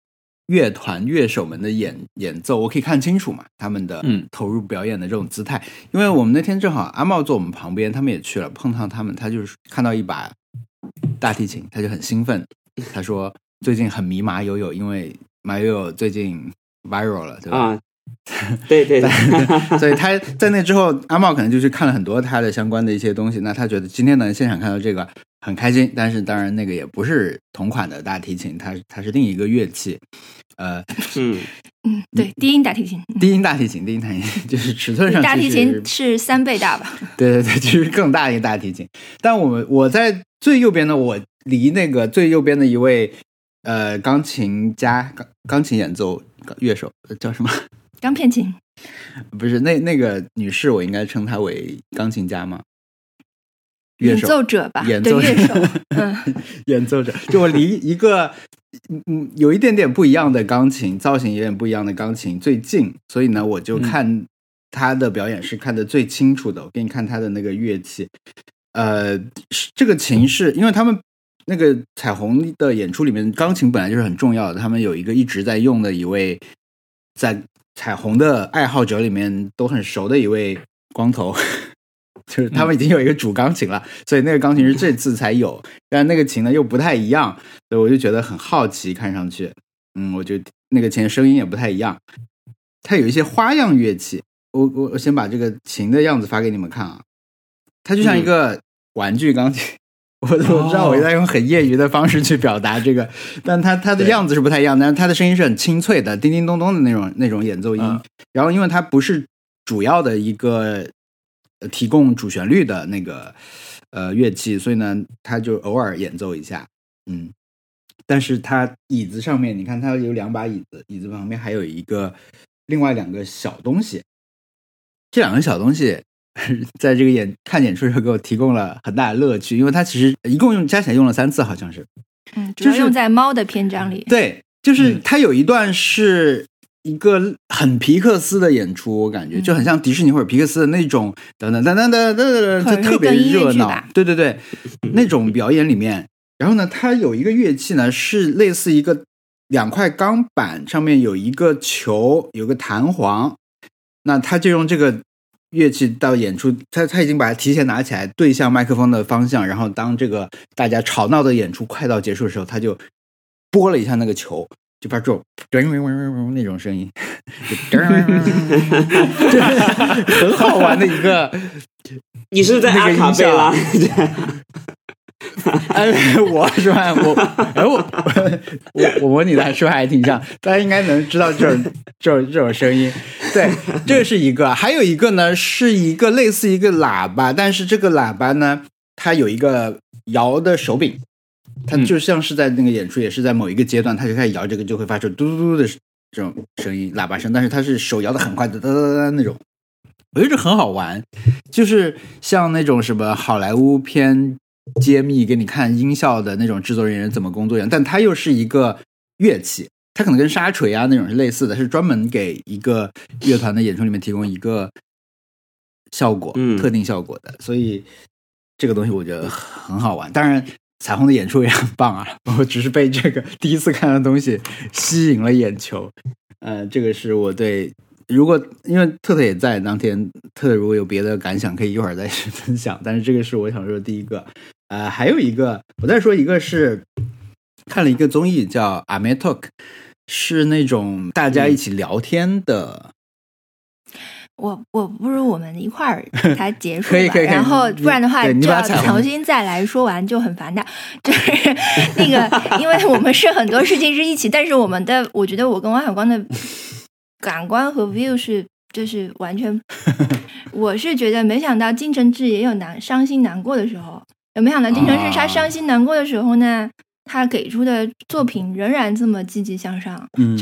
乐团乐手们的演演奏，我可以看清楚嘛，他们的
嗯
投入表演的这种姿态。因为我们那天正好阿茂坐我们旁边，他们也去了，碰到他们，他就是看到一把大提琴，他就很兴奋，他说最近很迷马友友，因为马友友最近 viral 了，对吧？
啊，对对对，
所以他在那之后，阿茂可能就去看了很多他的相关的一些东西。那他觉得今天能现场看到这个很开心，但是当然那个也不是同款的大提琴，它它是另一个乐器，呃，
嗯，
嗯，对，低音大提 琴，嗯
低音大提琴，低音大提琴就是尺寸上
大
其
提
实
琴是三倍大吧？
对对对，就是更大一个大提琴。但我们我在最右边呢，我离那个最右边的一位呃钢琴家、钢钢琴演奏乐手呃叫什么？
钢片琴，
不是那那个女士，我应该称她为钢琴家吗？乐
演
手
奏者吧，
演
对，
奏
乐
者
手，嗯，
演奏者，就我离一个嗯嗯有一点点不一样的钢琴造型，有点不一样的钢琴最近，所以呢，我就看他的表演是看得最清楚的。我给你看他的那个乐器，呃，是这个琴是因为他们那个彩虹的演出里面，钢琴本来就是很重要的，他们有一个一直在用的一位在彩虹的爱好者里面都很熟的一位光头。 就是他们已经有一个主钢琴了，所以那个钢琴是这次才有，但那个琴呢又不太一样，所以我就觉得很好奇，看上去，嗯，我就那个琴的声音也不太一样，它有一些花样乐器，我我我先把这个琴的样子发给你们看啊，它就像
嗯
一个玩具钢琴。我我知道我在用很业余的方式去表达这个，但它它
哦
的
对
样子是不太一样，但是它的声音是很清脆的，叮叮咚咚的那种那种演奏音。
嗯
然后因为它不是主要的一个呃提供主旋律的那个呃乐器，所以呢，它就偶尔演奏一下，嗯。但是它椅子上面，你看它有两把椅子，椅子旁边还有一个另外两个小东西，这两个小东西 在这个演看演出的时候给我提供了很大的乐趣，因为它其实一共用加起来用了三次，好像是。
嗯，主
就
要
是
用在猫的篇章里，
对，就是
嗯
它有一段是一个很皮克斯的演出，我感觉
嗯
就很像迪士尼或者皮克斯的那种等等等等等等
可
等，
能
就是特别
更音乐
热
剧
闹
吧。
对对对，那种表演里面，然后呢，它有一个乐器呢是类似一个两块钢板，上面有一个球，有个弹簧，那他就用这个乐器到演出，他他已经把它提前拿起来对向麦克风的方向，然后当这个大家吵闹的演出快到结束的时候，他就拨了一下那个球，就发出这种咚咚咚咚咚那种声音， 就咚咚咚咚咚就是很好玩的一个。
你是不是在
那个
阿卡
音
贝
效
拉
啊？哎，我是吧？我哎我我我模拟的是不是还挺像？大家应该能知道这种这种这种声音。对，这是一个，还有一个呢，是一个类似一个喇叭，但是这个喇叭呢，它有一个摇的手柄，它
嗯
就像是在那个演出，也是在某一个阶段，它就开始摇这个，就会发出嘟嘟嘟的这种声音，喇叭声，但是它是手摇的很快的哒哒哒哒那种。我觉得这很好玩，就是像那种什么好莱坞片揭秘给你看音效的那种制作人员怎么工作一样，但它又是一个乐器，它可能跟沙锤啊那种是类似的，是专门给一个乐团的演出里面提供一个效果、
嗯
特定效果的，所以这个东西我觉得很好玩。当然，彩虹的演出也很棒啊， 我只是被这个第一次看的东西吸引了眼球。呃，这个是我对。如果因为特特也在当天，特特如果有别的感想，可以一会儿再 分享。但是这个是我想说的第一个，呃，还有一个，我再说一个是看了一个综艺叫《阿妹
嗯
Talk》，是那种大家一起聊天的
我我不如我们一块 儿它结束吧，
可以可以可以
然后不然的话
对你
就
把
要
它踩完
重新再来说完就很烦的。就是 那个，因为我们是很多事情是一起，但是我们的我觉得我跟王小光的感官和 view 是就是完 全，我是觉得没想到金承志也有难伤心难过的时候，也没想到金承志他
啊
伤心难过的时候呢，他给出的作品仍然这么积极向上。
嗯，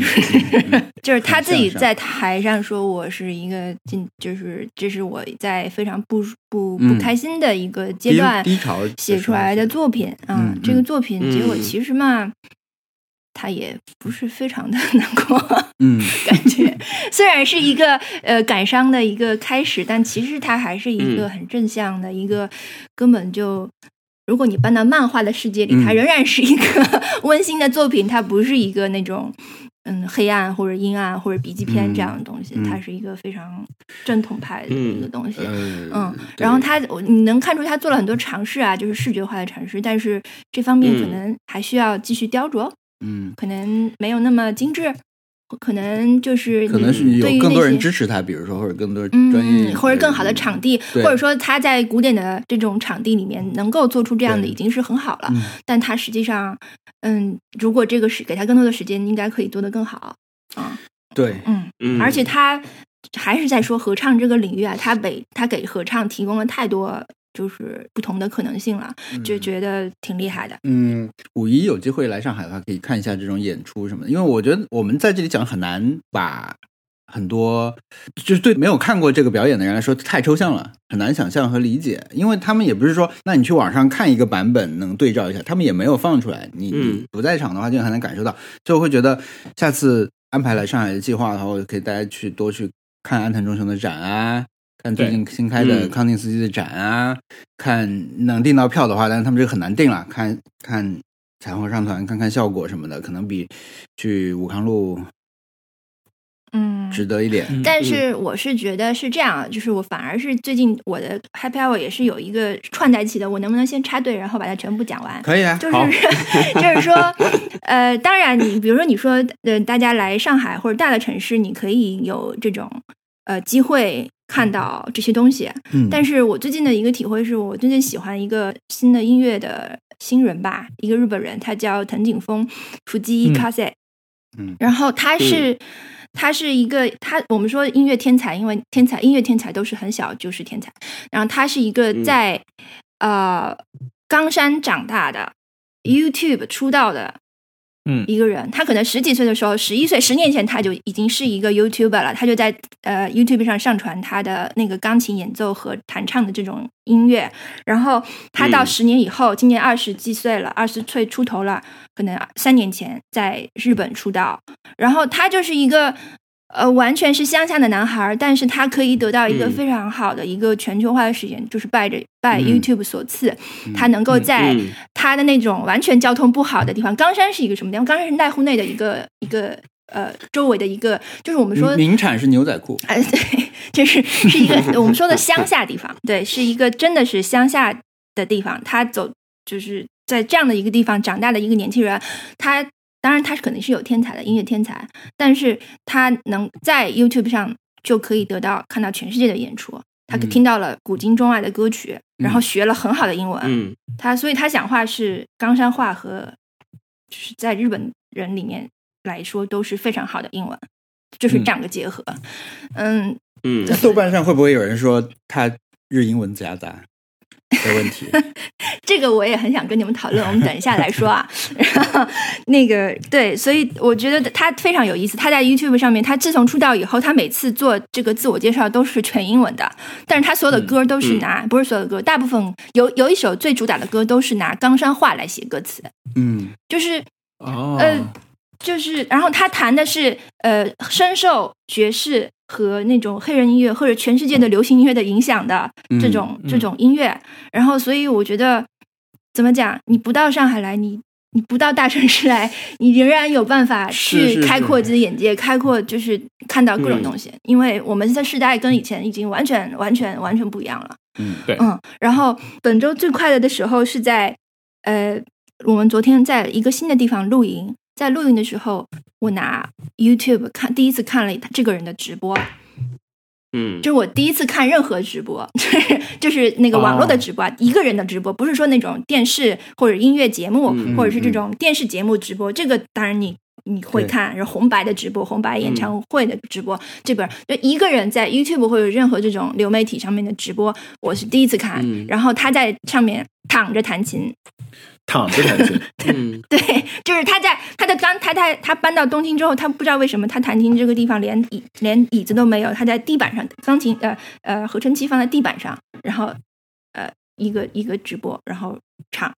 就是他自
很
己
向上
在台上说，我是一个进，就是这是我在非常不不
嗯
不开心的一个阶
低
段
低潮的
写
时
出
候
来的
写
作品啊
嗯，
这个作品结果
嗯
其实嘛，他也不是非常的 难过，
嗯
感觉 虽然是一个呃感伤的一个开始，但其实它还是一个
嗯
很正向的一个，根本就。如果你搬到漫画的世界里，它
嗯
仍然是一个 温馨的作品，它不是一个那种嗯黑暗或者阴暗或者笔记片这样的东西，
嗯嗯
它是一个非常正统派的一个东西。
呃
嗯，
对
然后他，我你能看出他做了很多尝试啊，就是视觉化的尝试，但是这方面可
嗯
能还需要继续雕琢，
嗯，
可能没有那么精致，可能就是
可能是
你
有
对于
更多
那
人
些
支持他，比如说或者更多专业
嗯，或者更好的场地，
对
或者说他在古典的这种场地里面能够做出这样的
对
已经是很好了
嗯，
但他实际上，嗯，如果这个是给他更多的时间，应该可以做得更好啊，
对
嗯，
嗯，
而且他还是在说合唱这个领域啊，他给他给合唱提供了太多就是不同的可能性了，就
嗯
觉得挺厉害的，
嗯，五一有机会来上海的话，可以看一下这种演出什么的，因为我觉得我们在这里讲很难把很多就是对没有看过这个表演的人来说太抽象了，很难想象和理解，因为他们也不是说，那你去网上看一个版本能对照一下，他们也没有放出来，你
嗯
你不在场的话就很难感受到，所以我会觉得下次安排来上海的计划的话，我可以大家去多去看安藤忠雄的展啊，看最近新开的
嗯
康定斯基的展啊，看能订到票的话，但是他们这个很难订了，看看彩虹合唱团，看看效果什么的，可能比去武康路
嗯，
值得一点。
但是我是觉得是这样，啊，就是我反而是最近我的 Happy Hour 也是有一个串在一起的，我能不能先插队，然后把它全部讲 完？
可以啊，
就是
好，
就是说，呃，当然你比如说你说，呃，大家来上海或者大的城市，你可以有这种呃机会看到这些东西。
嗯，
但是我最近的一个体会是，我最近喜欢一个新的音乐的新人吧，一个日本人，他叫藤井风，福基一
嗯
k a
嗯
然后他是、他是一个他我们说音乐天才，因为天才音乐天才都是很小就是天才，然后他是一个
嗯
在、
嗯
呃冈山长大的 YouTube 出道的
嗯
一个人，他可能十几岁的时候，十一岁，十年前他就已经是一个 YouTuber 了，他就在呃 YouTube 上上传他的那个钢琴演奏和弹唱的这种音乐。然后他到
嗯
十年以后，今年二十几岁了，二十岁出头了，可能三年前在日本出道。然后他就是一个呃完全是乡下的男孩，但是他可以得到一个
嗯
非常好的一个全球化的时间，就是拜着拜
嗯
YouTube 所赐，他能够
嗯
在
嗯
他的那种完全交通不好的地方，冈山是一个什么地方？冈山是濑户内的一个一个呃周围的一个，就是我们说
名名产是牛仔裤，
哎，对，就是是一个 我们说的乡下地方，对，是一个真的是乡下的地方。他走就是在这样的一个地方长大的一个年轻人，他当然他是肯定是有天才的音乐天才，但是他能在 YouTube 上就可以得到看到全世界的演出，他
嗯
听到了古今中外的歌曲，然后学了很好的英文，
嗯
他所以他讲话是冈山话和就是在日本人里面来说都是非常好的英文，就是这样个结合。嗯，
嗯
那豆瓣上会不会有人说他日英文夹杂的 问题？
这个我也很想跟你们讨论，我们等一下来说啊。 然后那个对，所以我觉得他非常有意思。他在 YouTube 上面，他自从出道以后，他每次做这个自我介绍都是全英文的，但是他所有的歌都是拿、不是所有的歌，大部分有有一首最主打的歌都是拿冈山话来写歌词，
嗯，
就是
哦，
呃，就是，然后他弹的是呃，深受爵士和那种黑人音乐或者全世界的流行音乐的影响的
嗯
这种、
嗯
这种音乐。然后，所以我觉得怎么讲，你不到上海来，你你不到大城市来，你仍然有办法
是是
去
是
开阔自己眼界，开阔就是看到各种
嗯
东西。因为我们的时代跟以前已经完全完全完全不一样了。
嗯
对
嗯，然后本周最快乐的时候是在呃，我们昨天在一个新的地方露营，在露营的时候，我拿 YouTube 看第一次看了这个人的直播，
嗯哦
这是我第一次看任何直播， 就是就是那个网络的直播啊，一个人的直播，不是说那种电视或者音乐节目，
嗯
或者是这种电视节目直播，这个当然你。你会
对
看，然后红白的直播、红白演唱会的直播，
嗯
这边就一个人在 YouTube 或者任何这种流媒体上面的直播，我是第一次看。
嗯
然后他在上面躺着弹琴，
躺着弹琴，
嗯
对，就是他在他的刚他在他搬到东京之后，他不知道为什么他弹琴这个地方连椅连椅子都没有，他在地板上钢琴呃呃合成器放在地板上，然后呃一个一个直播，然后唱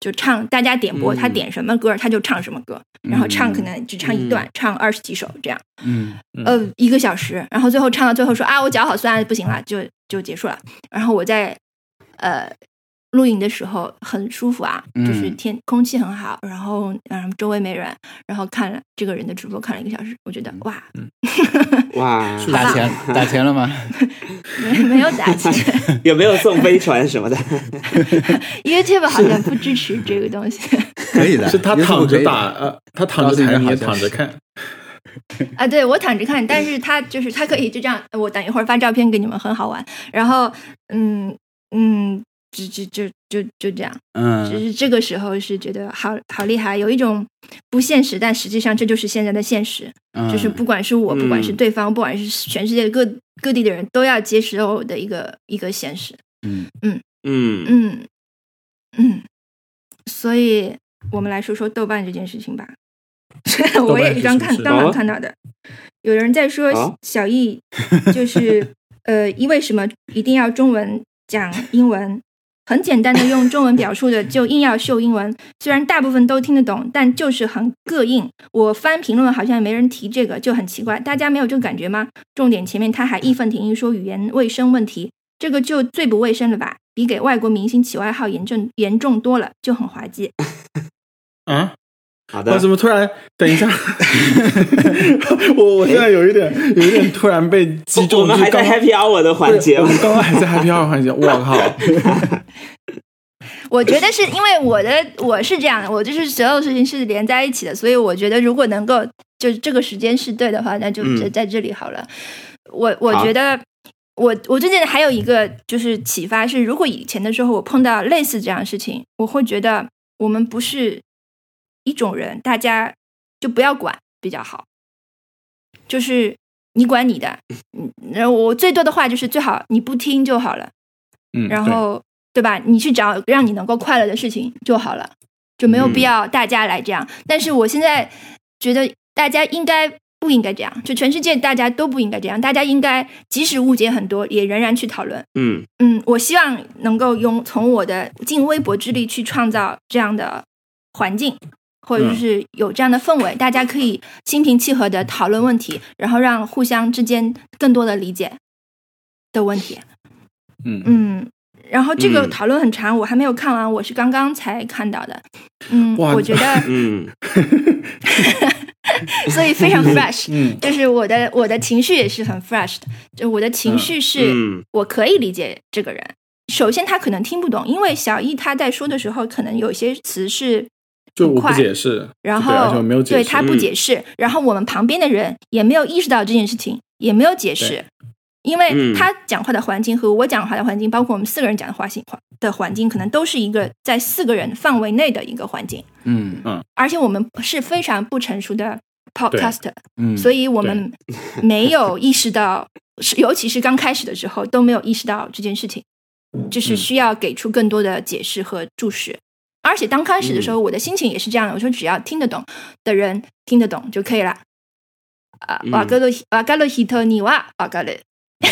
就唱大家点播、
嗯
他点什么歌他就唱什么歌，然后唱可能只唱一段，唱二十几首这样，
嗯
呃一个小时，然后最后唱到最后说啊我脚好酸不行了就就结束了，然后我在呃露营的时候很舒服啊，
嗯
就是天空气很好，然后嗯周围没人，然后看了这个人的直播看了一个小时，我觉得
嗯
哇，
哇，
打钱打钱了吗？
没没有打钱
有没有送飞船什么的？
，YouTube 好像不支持这个东西
可以的，
是他
YouTube
躺
可
着
以
打，呃，他躺着弹，你也躺着看，
啊。对我躺着看，但是他就是他可以就这样，我等一会儿发照片给你们，很好玩。然后嗯嗯，就就就就就这样。
呃
只
嗯，
是这个时候是觉得好好厉害，有一种不现实，但实际上这就是现在的现实。
嗯
就是不管是我，
嗯
不管是对方，不管是全世界各各地的人都要接受的一个一个现实。
嗯
嗯，
嗯嗯，所以我们来说说豆瓣这件事情吧。 我也刚看
豆瓣是什么事
当
好
场
啊
看到的，有人在
好
说小易就是呃，因为什么一定要中文讲英文？很简单的用中文表述的，就硬要秀英文。虽然大部分都听得懂，但就是很膈应。我翻评论好像没人提这个，就很奇怪。大家没有这个感觉吗？重点前面他还义愤填膺说语言卫生问题，这个就最不卫生了吧？比给外国明星起外号严重严重多了，就很滑稽。
啊，
好
我
的
怎，么突然？等一下，我我现在有一点，有一点突然被击
哎我
中，
们
就
还在
刚
Happy Hour 的环节
对我
吗
们？刚刚还在 happy hour 环节，我靠，
我觉得是因为我的我是这样的，我就是所有事情是连在一起的，所以我觉得如果能够就是这个时间是对的话，那就
嗯
在在这里好了。我我
好
觉得我我最近还有一个就是启发是，如果以前的时候我碰到类似这样的事情，我会觉得我们不是一种人，大家就不要管比较好，就是你管你的，嗯，然后我最多的话就是最好你不听就好了。
嗯，
然后对吧？你去找让你能够快乐的事情就好了，就没有必要大家来这样。但是我现在觉得大家应该不应该这样？就全世界大家都不应该这样，大家应该即使误解很多，也仍然去讨论。
嗯
嗯，我希望能够用从我的尽微薄之力去创造这样的环境，或者是有这样的氛围，大家可以心平气和的讨论问题，然后让互相之间更多的理解的问题。
对嗯嗯，
嗯，然后这个
嗯
讨论很长，我还没有看完，我是刚刚才看到的。嗯，
哇
我觉得
嗯
所以非常 fresh，
嗯
就是我的我的情绪也是很 fresh 的，就我的情绪是
嗯
我可以理解这个人。首先，他可能听不懂，因为小易他在说的时候，可能有些词是
就
很
我
快
不解释，
然
对而且
后
我没有解释，嗯
他不解释，然后我们旁边的人也没有意识到这件事情，也没有解释
对，嗯
因为他讲话的环境和我讲话的环境，包括我们四个人讲的环境的环境，可能都是一个在四个人范围内的一个环境，
嗯
而且我们是非常不成熟的 podcast，
嗯，
所以我们没有意识到，是 尤其是刚开始的时候都没有意识到这件事情，就是需要给出更多的解释和注释。而且刚开始的时候，我的心情也是这样的，我说只要听得懂的人听得懂就可以了。啊，
嗯
瓦格洛瓦格洛希特尼瓦瓦格勒，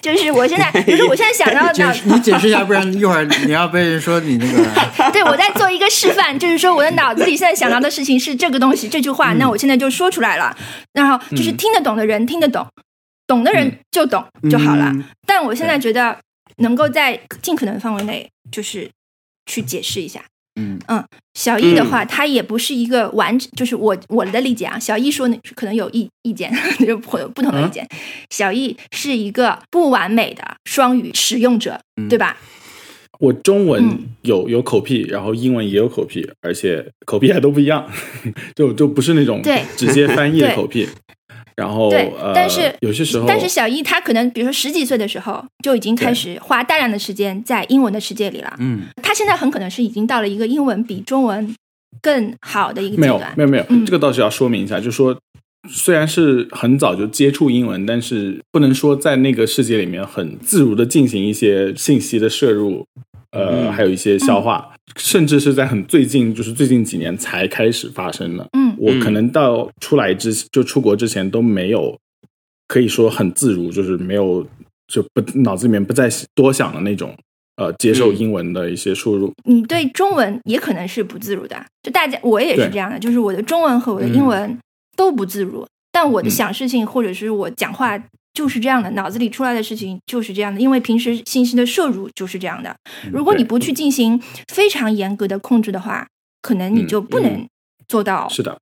就是我现在，就是我现在想到
解
脑
释你解释一下，不然一会儿你要被人说你那个
对，我在做一个示范，就是说我的脑子里现在想到的事情是这个东西，这句
嗯
话，那我现在就说出来了。然后就是
嗯
听得懂的人听得懂，懂的人就懂 就好了。
嗯
但我现在觉得能够在尽可能范围内，就是去解释一下。
嗯
小易的话，他也不是一个完，就是我我的理解啊。小易说呢，可能有意意见， 就会有不同的
嗯
意见。小易是一个不完美的双语使用者，
嗯
对吧？
我中文
嗯
有有口癖，然后英文也有口癖，而且口癖还都不一样，就就不是那种
对
直接翻译的
对
口癖。然后
对
呃，
但是
有些时候，
但是小一他可能，比如说十几岁的时候就已经开
对
始花大量的时间在英文的世界里了。
嗯，
他现在很可能是已经到了一个英文比中文更好的一个
没
阶
有
段
没。有没有
嗯，
这个倒是要说明一下，就说虽然是很早就接触英文，但是不能说在那个世界里面很自如的进行一些信息的摄入，呃，
嗯
还有一些消化，
嗯
甚至是在很最近，就是最近几年才开始发生的。
嗯
我
嗯
可能到出来之就出国之前都没有，可以说很自如，就是没有就不脑子里面不再多想的那种。呃，接受
嗯
英文的一些输入，
你对中文也可能是不自如的，就大家我也是
对
这样的，就是我的中文和我的英文都不自如，但我的想事情或者是我讲话就是这样的，脑子里出来的事情就是这样的，因为平时信息的摄入就是这样的。如果
对
你不去进行非常严格的控制的话，可能你
嗯
就不能做到，
是的，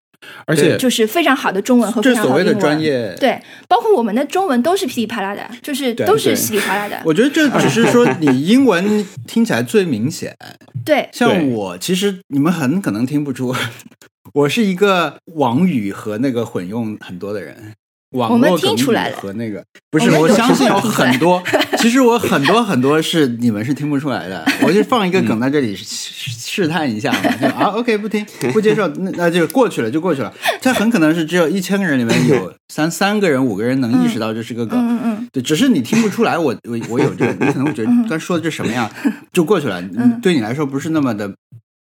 而且
就是非常好的中文和非
这
常
所
好
谓
的
的
英
专
文。
业，，
对，包括我们的中文都是噼里啪啦的，就是
对
都是
对
稀里哗啦的。
我觉得这只是说你英文听起来最明显，
对，
像
对
我，其实你们很可能听不出， 我是一个网语和那个混用很多的人。网
我们
络
听
梗
出
语
来了
和那个不
我
是，
们
我
有
相
时
信
候
有
听出
很
来
多， 其实我很多很多是你们是听不出来的。我就放一个梗在这里试试探一下嘛， 就啊，OK，不听，不接受，那那就过去了，就过去了。这很可能是只有一千个人里面有三三个人、五个人能意识到这是个梗，
嗯嗯嗯。
对，只是你听不出来我，我我有这个，你可能会觉得
嗯
刚说的这什么 呀，就过去了，
嗯
对你来说不是那么的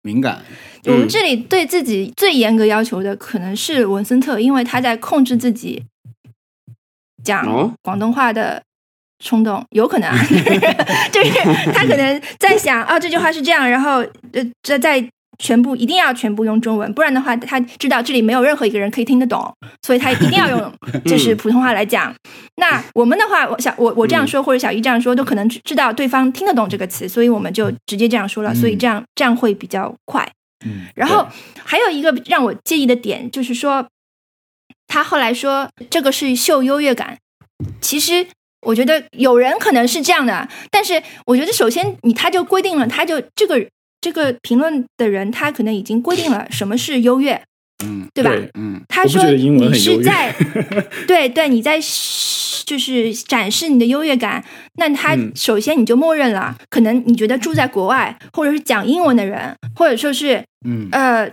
敏感。
我们
嗯
这里对自己最严格要求的可能是文森特，因为他在控制自己
哦
讲广东话的冲动，有 可能啊，就是他可能在想啊、这句话是这样，然后呃这在全部一定要全部用中文，不然的话他知道这里没有任何一个人可以听得懂，所以他一定要 用
嗯
就是普通话来讲。那我们的话，我小我我
嗯
这样说、或者小姨这样说，都可能知知道对方听得懂这个词，所以我们就直接这样说了，
嗯
所以这样这样会比较快。
嗯，
然后还有一个让我介意的点就是说，他后来说这个是秀优越感，其实。我觉得有人可能是这样的，但是我觉得首先你他就规定了，他就这个这个评论的人，他可能已经规定了什么是优越，
嗯
对吧？
对
嗯，
他
我不
说
觉得英文
你
很优
是
越
在对对，你在就是展示你的优越感。那他
嗯
首先你就默认了，可能你觉得住在国外或者是讲英文的人，或者说是
嗯
呃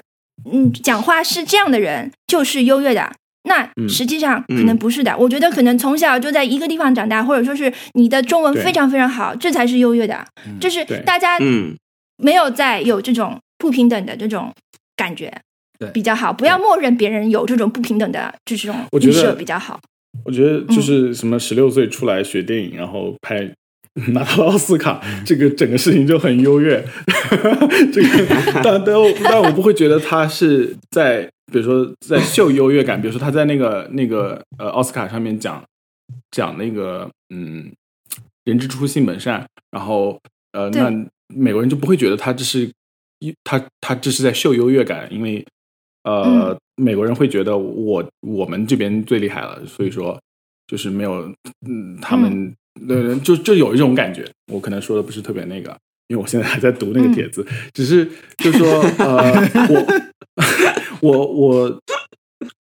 嗯讲话是这样的人就是优越的。那
嗯
实际上可
嗯
能不是的，我觉得可能从小就在一个地方长大，或者说是你的中文
对
非常非常好，这才是优越的。这是
对
大家
嗯
没有再有这种不平等的这种感觉，
对
比较好。不要默认别人有这种不平等的这种
我觉
预
得
设比较好。
我觉得就是什么十六岁出来学电影，然后拍 拿到了奥斯卡，这个整个事情就很优越。 这个，但但我但我不会觉得他是在，比如说在秀优越感，比如说他在那个那个呃奥斯卡上面讲讲那个嗯人之初性本善，然后呃
对
那美国人就不会觉得他这是一他他这是在秀优越感，因为呃、
嗯
美国人会觉得我我们这边最厉害了，所以说就是没有嗯他们呃就就有一种感觉，我可能说的不是特别那个。因为我现在还在读那个帖子，只是就说呃，我 我我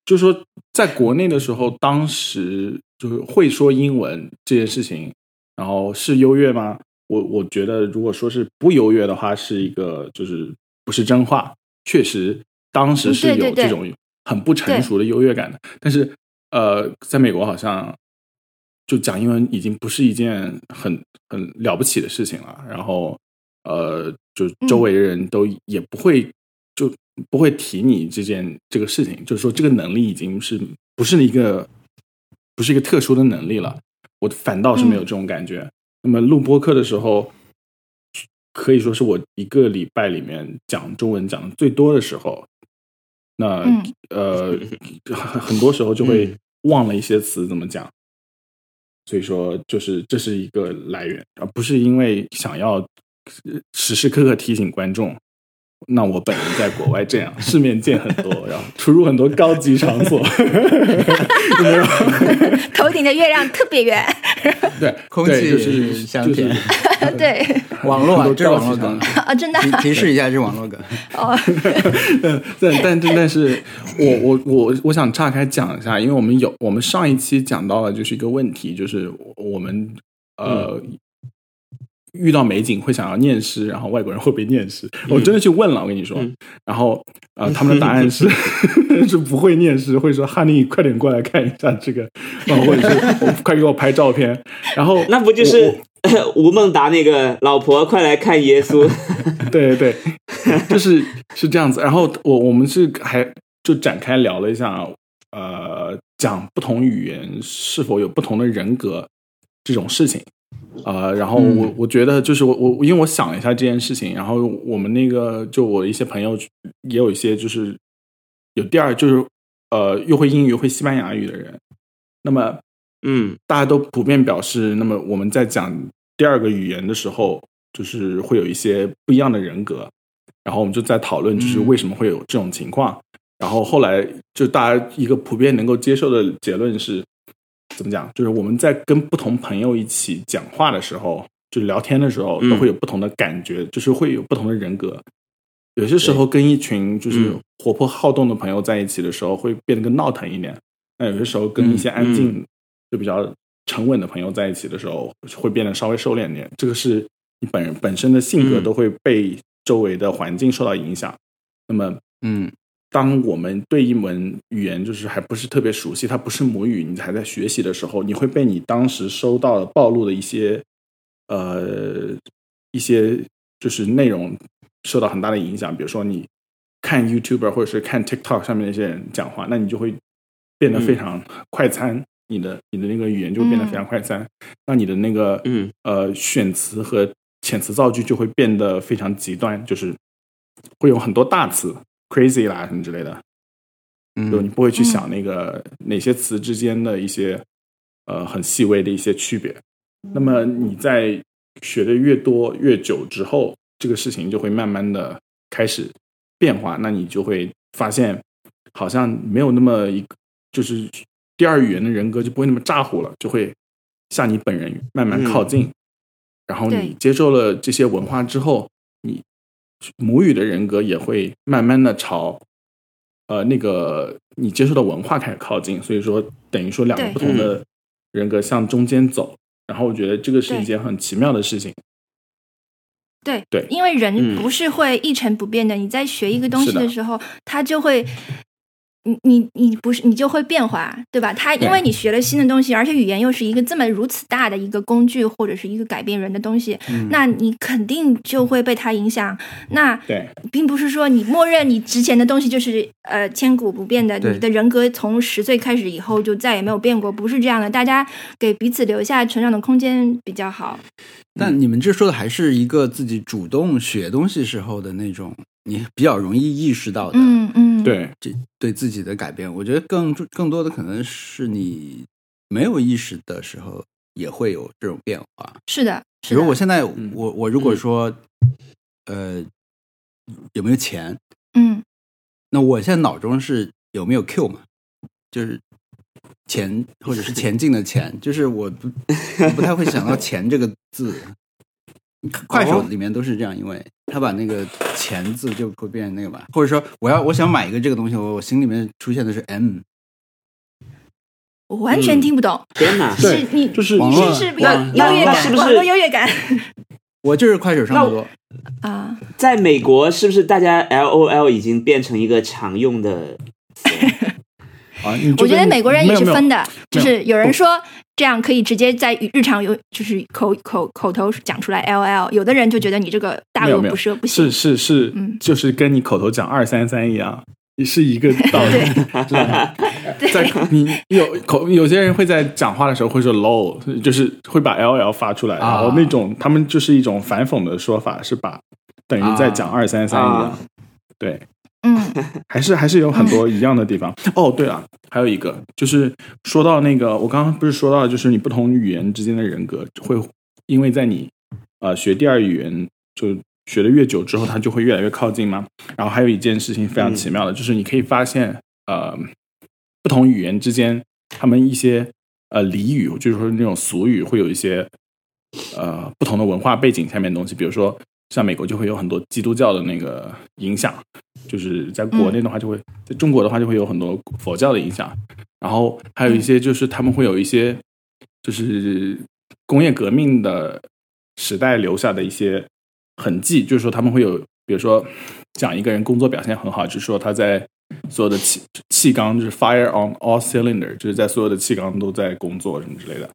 就说在国内的时候，当时就是会说英文这件事情，然后是优越吗？我我觉得如果说是不优越的话，是一个就是不是真话，确实当时是
嗯对对
有
对
这种很不成熟的优越感的，但是呃，在美国好像就讲英文已经不是一件很很了不起的事情了。然后呃，就
嗯
周围的人都也不会、就不会提你这件这个事情，就是说这个能力已经是不是一个不是一个特殊的能力了。我反倒是没有这种感觉。那么录播课的时候，可以说是我一个礼拜里面讲中文讲的最多的时候。那、
嗯
呃，很很多时候就会忘了一些词怎么讲，所以说就是这是一个来源，而不是因为想要呃时时刻刻提醒观众那我本人在国外这样，世面见很多，然后出入很多高级场所，
头顶的月亮特 别圆，
对，
空
对
气
就是
香甜
就是
对，
网络啊，
很多
这是
高
网
级
络
场
梗
所。，
啊，真的啊，
提
嗯
提示一下，这是网络梗。
哦，
对，但但但是我我我我想岔开讲一下，因为我们有我们上一期讲到了就是一个问题，就是我们呃。
嗯
遇到美景会想要念诗，然后外国人会不会念诗？我真的去问了，我跟你说，
嗯
然后 呃，他们的答案是 是不会念诗，会说“哈尼，快点过来看一下这个”，然后或者是“快给我拍照片”。然后
那不就
我
是 吴孟达那个老婆快来看耶稣？
对对，就是是这样子。然后我我们是还就展开聊了一下，呃，讲不同语言是否有不同的人格这种事情。呃，然后我、
嗯
我觉得就是我我因为我想了一下这件事情，然后我们那个就我一些朋友也有一些就是有第二就是呃又会英语会西班牙语的人，那么
嗯
大家都普遍表示，那么我们在讲第二个语言的时候，就是会有一些不一样的人格，然后我们就在讨论，
嗯
就是为什么会有这种情况。然后后来就大家一个普遍能够接受的结论是，怎么讲？就是我们在跟不同朋友一起讲话的时候，就聊天的时候，
嗯
都会有不同的感觉，就是会有不同的人格。有些时候跟一群就是
嗯
活泼好动的朋友在一起的时候，会变得更闹腾一点；那有些时候
嗯
跟一些安静、就比较沉稳的朋友在一起的时候，会变得稍微收敛一点。这个是你本人本身的性格
嗯
都会被周围的环境受到影响。那么，
嗯，
当我们对一门语言就是还不是特别熟悉，它不是母语，你还在学习的时候，你会被你当时收到的暴露的一些呃一些就是内容受到很大的影响。比如说你看 YouTuber 或者是看 TikTok 上面那些人讲话，那你就会变得非常快餐，你的你的那个语言就变得非常快餐，那你的那个
嗯
呃选词和遣词造句就会变得非常极端，就是会有很多大词 crazy 啦什么之类的，就你
嗯，
不会去想那个哪些词之间的一些呃很细微的一些区别。那么你在学的越多越久之后，这个事情就会慢慢的开始变化，那你就会发现好像没有那么一个就是第二语言的人格就不会那么咋呼了，就会向你本人慢慢靠近。然后
对
你接受了这些文化之后，你母语的人格也会慢慢的朝呃那个你接受的文化开始靠近，所以说等于说两个
对
不同
嗯
的人格向中间走，然后我觉得这个是一件很奇妙的事情，
对
对
因为人
嗯
不是会一成不变的。你在学一个东
嗯
西
是的
的时候，它就会，你你你不是你就会变化，对吧？它因为你学了新的东西，而且语言又是一个这么如此大的一个工具或者是一个改变人的东西，
嗯
那你肯定就会被它影响。那
对，
并不是说你默认你之前的东西就是呃千古不变的，
对
你的人格从十岁开始以后就再也没有变过，不是这样的。大家给彼此留下成长的空间比较好。
但你们这说的还是一个自己主动学东西时候的那种，你比较容易意识到的，
嗯嗯，
对，
这对自己的改变。我觉得更更多的可能是你没有意识的时候也会有这种变化。
是的，
比
是的。
如我现在，
嗯
我我如果说，呃，有没有钱？
嗯
那我现在脑中是有没有 Q 嘛？就是钱或者是前进的钱，就是我不不太会 想到“钱”这个字。快手
哦
里面都是这样，因为他把那个“钱”字就会变成那个吧，或者说我要我想买一个这个东西，我我心里面出现的是 M，
我完全听不懂，
天哪！
对
嗯是你
就是
网
你
络
是是有
那
优越
那
感，
是不是
网络优 越感
我就是快手上的多。
啊？
在美国是不是大家 L O L 已经变成一个常用的词？
啊，你就
我觉得
跟
美国人也是
没有没有
分的，就
没
是有人说这样可以直接在日常有就是口口口头讲出来 L L，有的人就觉得你这个大
没有
额
没有
不奢不
是
行。
是是，
嗯
就是跟你口头讲二三三一样，是一个道理。知道 吗在你有口有些人会在讲话的时候会说 low，就是会把 ll 发出来，
啊
然后那种他们就是一种反讽的说法，是把等于在讲二三三一样
啊。
对，
嗯
还是还是有很多一样的地方。哦，对了，还有一个就是说到那个，我刚刚不是说到，就是你不同语言之间的人格会因为在你呃学第二语言就学的越久之后，它就会越来越靠近嘛。然后还有一件事情非常奇妙的，就是你可以发现，呃，不同语言之间，他们一些呃俚语，就是说那种俗语，会有一些呃不同的文化背景下面的东西。比如说，像美国就会有很多基督教的那个影响，就是在国内的话就会，在中国的话就会有很多佛教的影响。然后还有一些就是他们会有一些就是工业革命的时代留下的一些痕迹，就是说他们会有，比如说讲一个人工作表现很好，就是说他在所有的气气缸就是 fire on all cylinder，就是在所有的气缸都在工作什么之类的，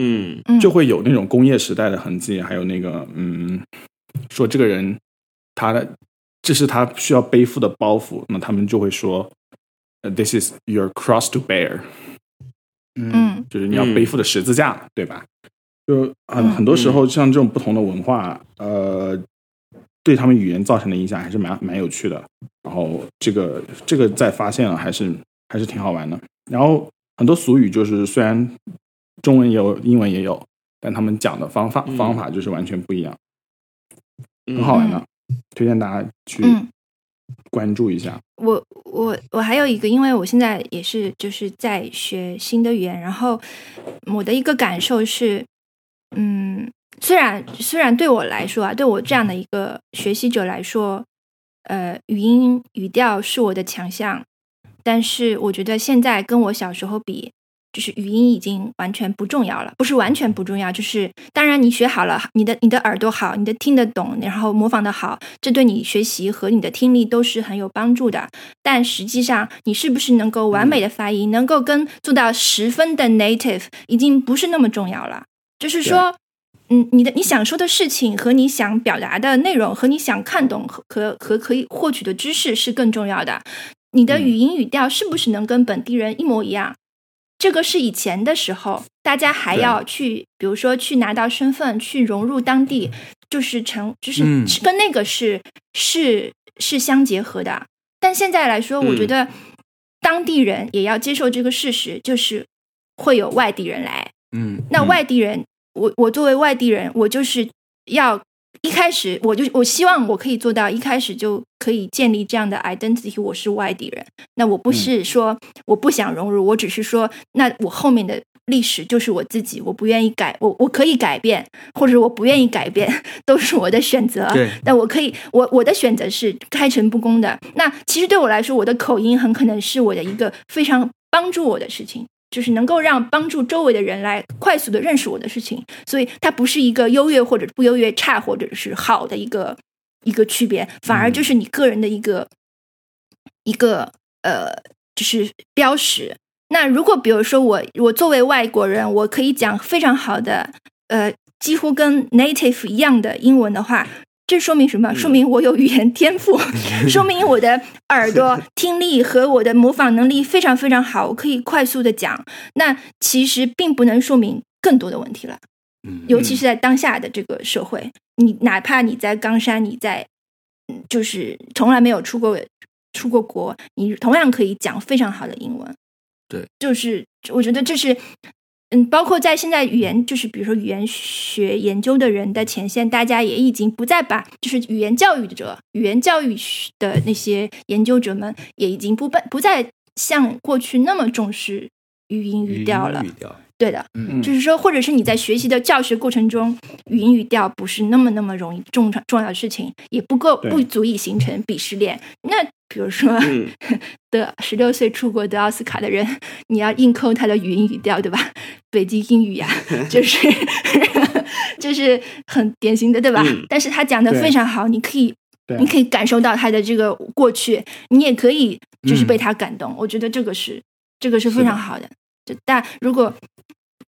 嗯
嗯
就会有那种工业时代的痕迹，还有那个嗯，说这个人他的这是他需要背负的包袱，那他们就会说。呃 This is your cross to bear，
嗯
就是你要
嗯
背负的十字架，对吧？就很
嗯
很多时候，像这种不同的文化，呃，对他们语言造成的影响还是蛮蛮有趣的。然后这个这个再发现了，还是还是挺好玩的。然后很多俗语，就是虽然中文也有，英文也有，但他们讲的方法、
嗯
方法就是完全不一样，
嗯
很好玩的，推荐大家去
嗯
关注一下。
我我我还有一个，因为我现在也是就是在学新的语言，然后我的一个感受是，嗯，虽然虽然对我来说啊，对我这样的一个学习者来说，呃，语音语调是我的强项，但是我觉得现在跟我小时候比，就是语音已经完全不重要了，不是完全不重要，就是当然你学好了，你的你的耳朵好，你的听得懂，然后模仿的好，这对你学习和你的听力都是很有帮助的。但实际上，你是不是能够完美的发音，能够跟做到十分的 native，已经不是那么重要了。就是说，嗯，你的你想说的事情和你想表达的内容和你想看懂和和和可以获取的知识是更重要的。你的语音语调是不是能跟本地人一模一样？这个是以前的时候，大家还
对
要去，比如说去拿到身份，去融入当地，就是成，就是
嗯
是跟那个是、是是相结合的。但现在来说，我觉
嗯
得当地人也要接受这个事实，就是会有外地人来，
嗯，
那外地人，我我作为外地人，我就是要一开始我就我希望我可以做到一开始就可以建立这样的 identity，我是外地人。那我不是说我不想融入，我只是说，那我后面的历史就是我自己，我不愿意改，我我可以改变，或者我不愿意改变， 都是我的选择。
对
那我可以，我我的选择是开诚布公的。那其实对我来说，我的口音很可能是我的一个非常帮助我的事情，就是能够让帮助周围的人来快速的认识我的事情。所以它不是一个优越或者不优越、差或者是好的一个一个区别，反而就是你个人的一个、一个呃，就是标识。那如果比如说我我作为外国人，我可以讲非常好的呃，几乎跟 native 一样的英文的话，这说明什么？说明我有语言天赋，说明我的耳朵听力和我的模仿能力非常非常好，我可以快速的讲。那其实并不能说明更多的问题了，
嗯
尤其是在当下的这个社会，你哪怕你在冈山，你在嗯就是从来没有出过出过国，你同样可以讲非常好的英文。
对，
就是我觉得这是。嗯，包括在现在语言，就是比如说语言学研究的人的前线，大家也已经不再把就是语言教育者、语言教育的那些研究者们，也已经不不不再像过去那么重视语音
嗯
语调了
语。调，
对的，
嗯
就是说，或者是你在学习的教学过程中，语音语调不是那么那么容易重重要的事情，也不够
对
不足以形成鄙视链。那比如说，
嗯
得十六岁出国得奥斯卡的人，你要硬抠他的语音语调，对吧？北京英语 呀、就是 就是很典型的，对吧？
嗯
但是他讲的
对
非常好，你可以
对啊
你可以感受到他的这个过去，你也可以就是
嗯
被他感动。我觉得这个是这个是非常好的。就但如果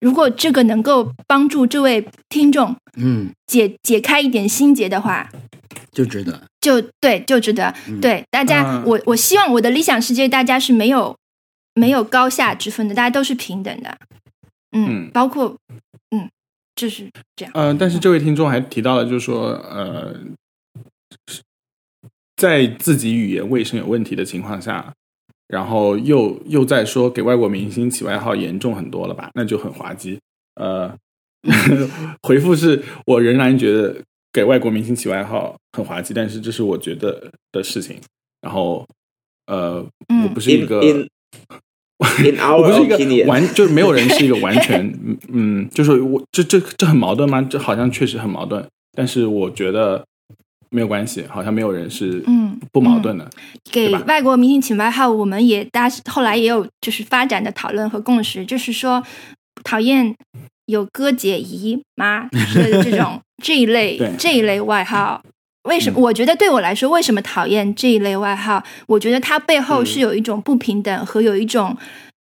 如果这个能够帮助这位听众
嗯，
解解开一点心结的话，
就值得。
就对，就值得。对大家，
嗯
我我希望我的理想世界，大家是没有没有高下之分的，大家都是平等的。嗯，
嗯
包括嗯，就是这样。
呃，但是这位听众还提到了，就是说，呃，在自己语言卫生有问题的情况下，然后又又在说给外国明星起外号严重很多了
嗯
吧，那就很滑稽。呃，回复是我仍然觉得给外国明星起外号很滑稽，但是这是我觉得的事情。然后，呃，
嗯
我不是一个
In- in- In
啊我
our
不是一
opinion，
个完，就是没有人是一个完全，嗯嗯，就是我这这这很矛盾吗？这好像确实很矛盾，但是我觉得没有关系，好像没有人是
嗯
不矛盾的。
给
对吧
外国明星起外号，我们也大后来也有就是发展的讨论和共识，就是说讨厌有哥姐姨妈之类的 这种这一类
对嗯
这一类外号。为什么？我觉得对我来说，为什么讨厌这一类外号？我觉得它背后
嗯
是有一种不平等和有一种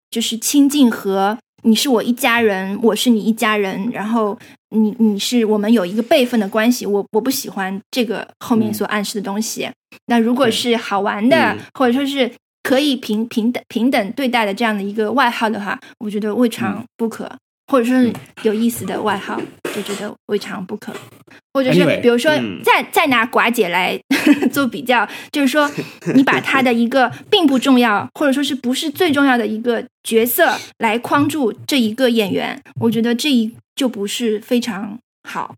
就是亲近和你是我一家人，我是你一家人，然后你你是我们有一个辈分的关系。我我不喜欢这个后面
嗯
所暗示的东西。那如果是好玩的，
嗯
或者说是可以平平等平等对待的这样的一个外号的话，我觉得未
嗯
尝不可，或者说是有意思的外号，我觉得未尝不可。或者是
Anyway，
比如说，
嗯
再再拿寡姐来 做比较，就是说，你把她的一 个并不重要，或者说是不是最重要的一个角色来框住这一个演员，我觉得这一就不是非常好。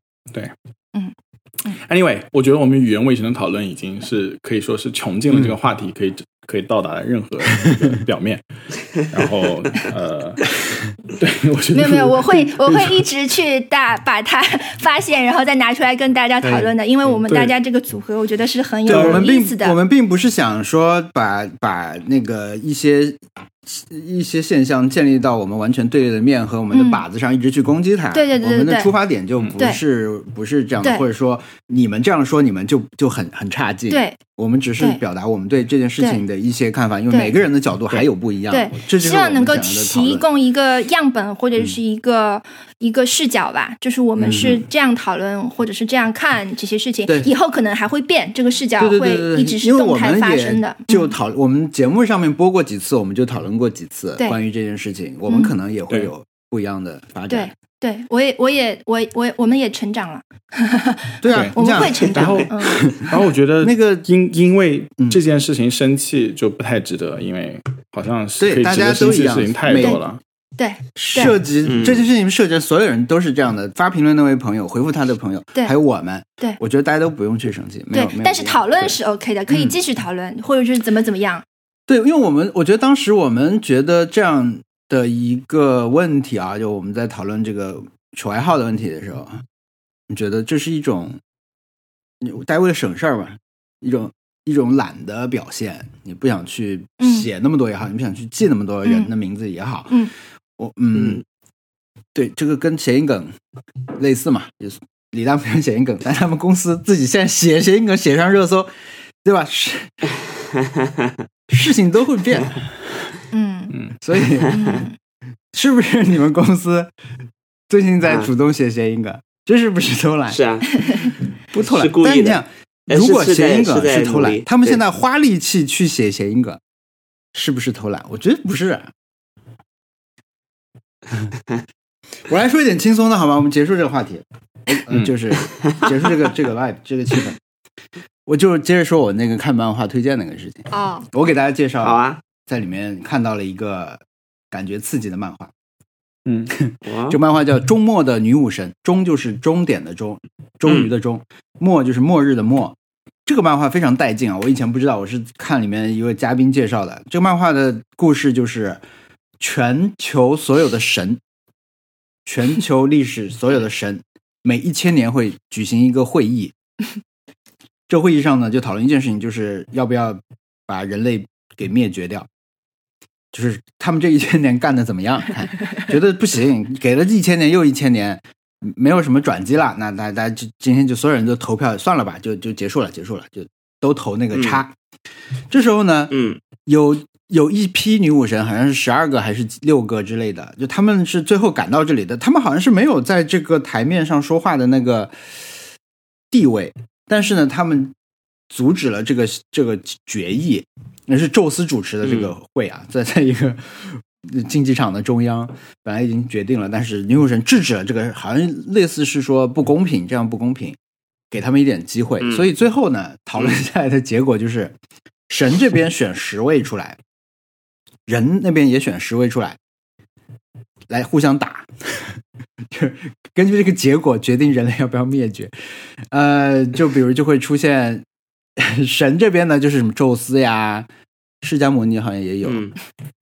Anyway，我觉得我们语言卫生的讨论已经是可以说是穷尽了
嗯
这个话题可以、可以到达的任何一个表面。然后呃，对， 我觉得
没有没有，我会我会一直去大 把它发现，然后再拿出来跟大家讨论的，因为我们
对
大家这个组合，我觉得是很
对，我
有
们
意思
并我
的。
们并不是想说把把那个一些一些现象建立到我们完全对立的面和我们的
嗯
靶子上，一直去攻击它。
对对对对
我们的
对
出发点就不
对
是不是这样的，
对
或者说你们这样说，你们就就很很差劲。
对，
我们只是
对
表达我们对这件事情的一些看法，因为
对
每个人的角度还有不一样。
对，
这就是
希
我
望
们
能够
想要的讨
提
论。嗯
供一个样本或者是一个、一个视角吧，就是我们是这样讨论、或者是这样看这些事情
对，
以后可能还会变，这个视角
对
会
对对对，
一直是
因为
动
我
态
们
发
也
生的。
就
嗯
讨、我们节目上面播过几次，我们就讨论过几次
对嗯
关于这件事情，我们可能也会
对
有不一样的发展
对。对，我也我也我我我们也成长了，
对
对
啊，
我
你
们
想
会成
然
长
后
的。嗯，
然后我觉得
那个
因因为
嗯
这件事情生气就不太值得，因为好像是
对
可以
大
值
家
得
都
生气
一
的
样
事情太
每
多了。
对
涉及
嗯
这件事情，涉及所有人都是这样的。发评论那位朋友，回复他的朋友，
对
还有我们，
对
我觉得大家都不用去生气，没
对
有没有必，要。
但是讨论
对
是 OK 的，可以
嗯
继续讨论，或者是怎么怎么样。
对，因为我们我觉得当时我们觉得这样的一个问题啊，就我们在讨论这个取外号的问题的时候，啊你觉得这是一种，你大家为了省事儿嘛，一种一种懒的表现，你不想去
嗯
写那么多也好，你不想去记那么多人的名字也好，
嗯，
我嗯，对，这个跟谐音梗类似嘛，就是李诞不用谐音梗，但他们公司自己现在写谐音梗写上热搜，对吧？事事情都会变，
嗯
所以
嗯，
是不是你们公司最近在
啊
主动写谐音梗？这是不是
嗯
偷懒？
是啊，
哎
不偷
是
懒
故意，的
但你想，
但
如果
是是在
谐音梗
是在
偷
努
懒
力，
他们
对
现在花力气去写谐音梗，是不是偷懒？我觉得不是、 啊。我来说一点轻松的，好吧？我们结束这个话题，呃
嗯
就是结束这个这个 vibe 这个气氛。我就接着说我那个看漫画推荐那个事情，
哦，
我给大家介绍，
好啊，
在里面看到了一个感觉刺激的漫画，
嗯，
哇
这漫画叫《终末的女武神》，终就是终点的终，终于的终，末就是末日的末。这个漫画非常带劲啊！我以前不知道，我是看里面一位嘉宾介绍的。这个漫画的故事就是全球所有的神，全球历史所有的神，每一千年会举行一个会议。这会议上呢，就讨论一件事情，就是要不要把人类给灭绝掉。就是他们这一千年干的怎么样？看觉得不行，给了一千年又一千年，没有什么转机了。那大大家就今天就所有人都投票，算了吧，就就结束了，结束了，就都投那个叉。这时候呢，
嗯
有有一批女武神，好像是十二个还是六个之类的，就他们是最后赶到这里的。他们好像是没有在这个台面上说话的那个地位，但是呢，他们阻止了这个这个决议。那是宙斯主持的这个会啊，在在一个竞技场的中央，本来已经决定了，但是女武神制止了这个，好像类似是说不公平，这样不公平，给他们一点机会。
嗯
所以最后呢，讨论下来的结果就是，神这边选十位出来，人那边也选十位出来，来互相打， 就根据这个结果决定人类要不要灭绝。呃，就比如就会出现神这边呢，就是什么宙斯呀、释迦牟尼好像也有，
嗯，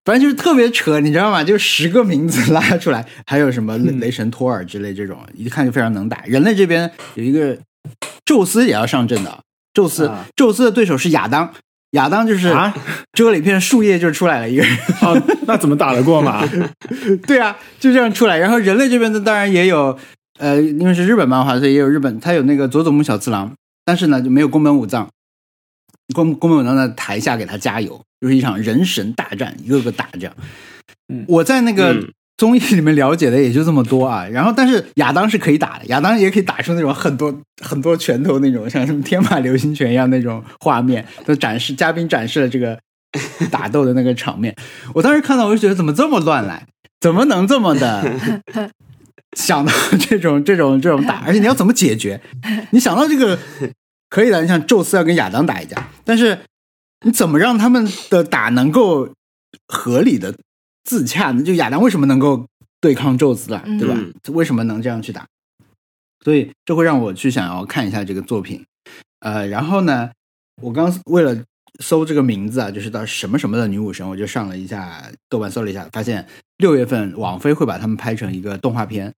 反正就是特别扯，你知道吗？就十个名字拉出来， 还有什么雷雷神托尔之类这种，一看就非常能打。人类这边有一个宙斯也要上阵的啊，宙斯，
啊
宙斯的对手是亚当，亚当就是
啊
遮了一片树叶就出来了一个人。
啊，那怎么打得过嘛？
对啊，就这样出来。然后人类这边的当然也有，呃，因为是日本漫画，所以也有日本，它有那个佐佐木小次郎，但是呢就没有宫本武藏。宫 宫本武藏在台下给他加油，就是一场人神大战，一个个打这样。
嗯
我在那个
嗯
综艺里面了解的也就这么多啊。然后，但是亚当是可以打的，亚当也可以打出那种很多 很多拳头那种，像什么天马流星拳一样那种画面，都展示嘉宾展示了这个打斗的那个场面。我当时看到我就觉得怎么这么乱来，怎么能这么的想到这种这种这种打，而且你要怎么解决？你想到这个可以的，你像宙斯要跟亚当打一架，但是你怎么让他们的打能够合理的自洽呢？就亚当为什么能够对抗宙斯啊，
嗯
对吧
嗯？
为什么能这样去打？所以这会让我去想要看一下这个作品。呃，然后呢，我刚为了搜这个名字啊，就是到什么什么的女武神，我就上了一下豆瓣搜了一下，发现六月份网飞会把他们拍成一个动画片，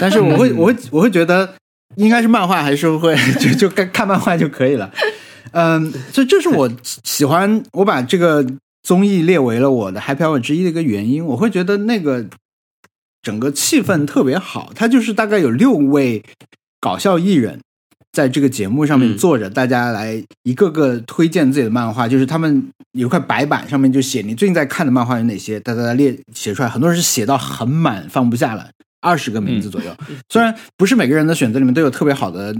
但是我会我会我会觉得应该是漫画，还是会就就看看漫画就可以了。嗯，所以这是我喜欢我把这个综艺列为了我的 Happy Hour 之一的一个原因，我会觉得那个整个气氛特别好，它就是大概有六位搞笑艺人。在这个节目上面
嗯
坐着，大家来一个个推荐自己的漫画，就是他们有一块白板，上面就写你最近在看的漫画有哪些，大家列写出来，很多人是写到很满，放不下了，二十个名字左右。虽然不是每个人的选择里面都有特别好的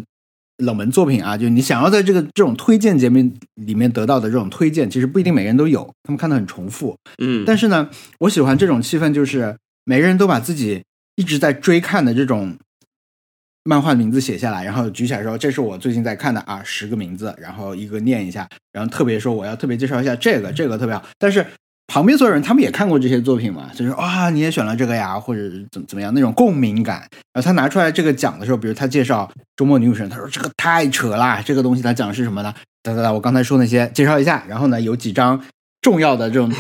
冷门作品啊，就你想要在这个这种推荐节目里面得到的这种推荐，其实不一定每个人都有，他们看的很重复。
嗯，
但是呢，我喜欢这种气氛，就是每个人都把自己一直在追看的这种漫画名字写下来，然后举起来说：“这是我最近在看的啊，十个名字，然后一个念一下，然后特别说我要特别介绍一下这个，这个特别好。”但是旁边所有人他们也看过这些作品嘛，就是啊，你也选了这个呀，或者是怎么怎么样那种共鸣感。然后呃他拿出来这个讲的时候，比如他介绍《周末女武神》，他说这个太扯啦，这个东西他讲的是什么呢？哒哒哒，我刚才说那些介绍一下，然后呢有几张重要的这种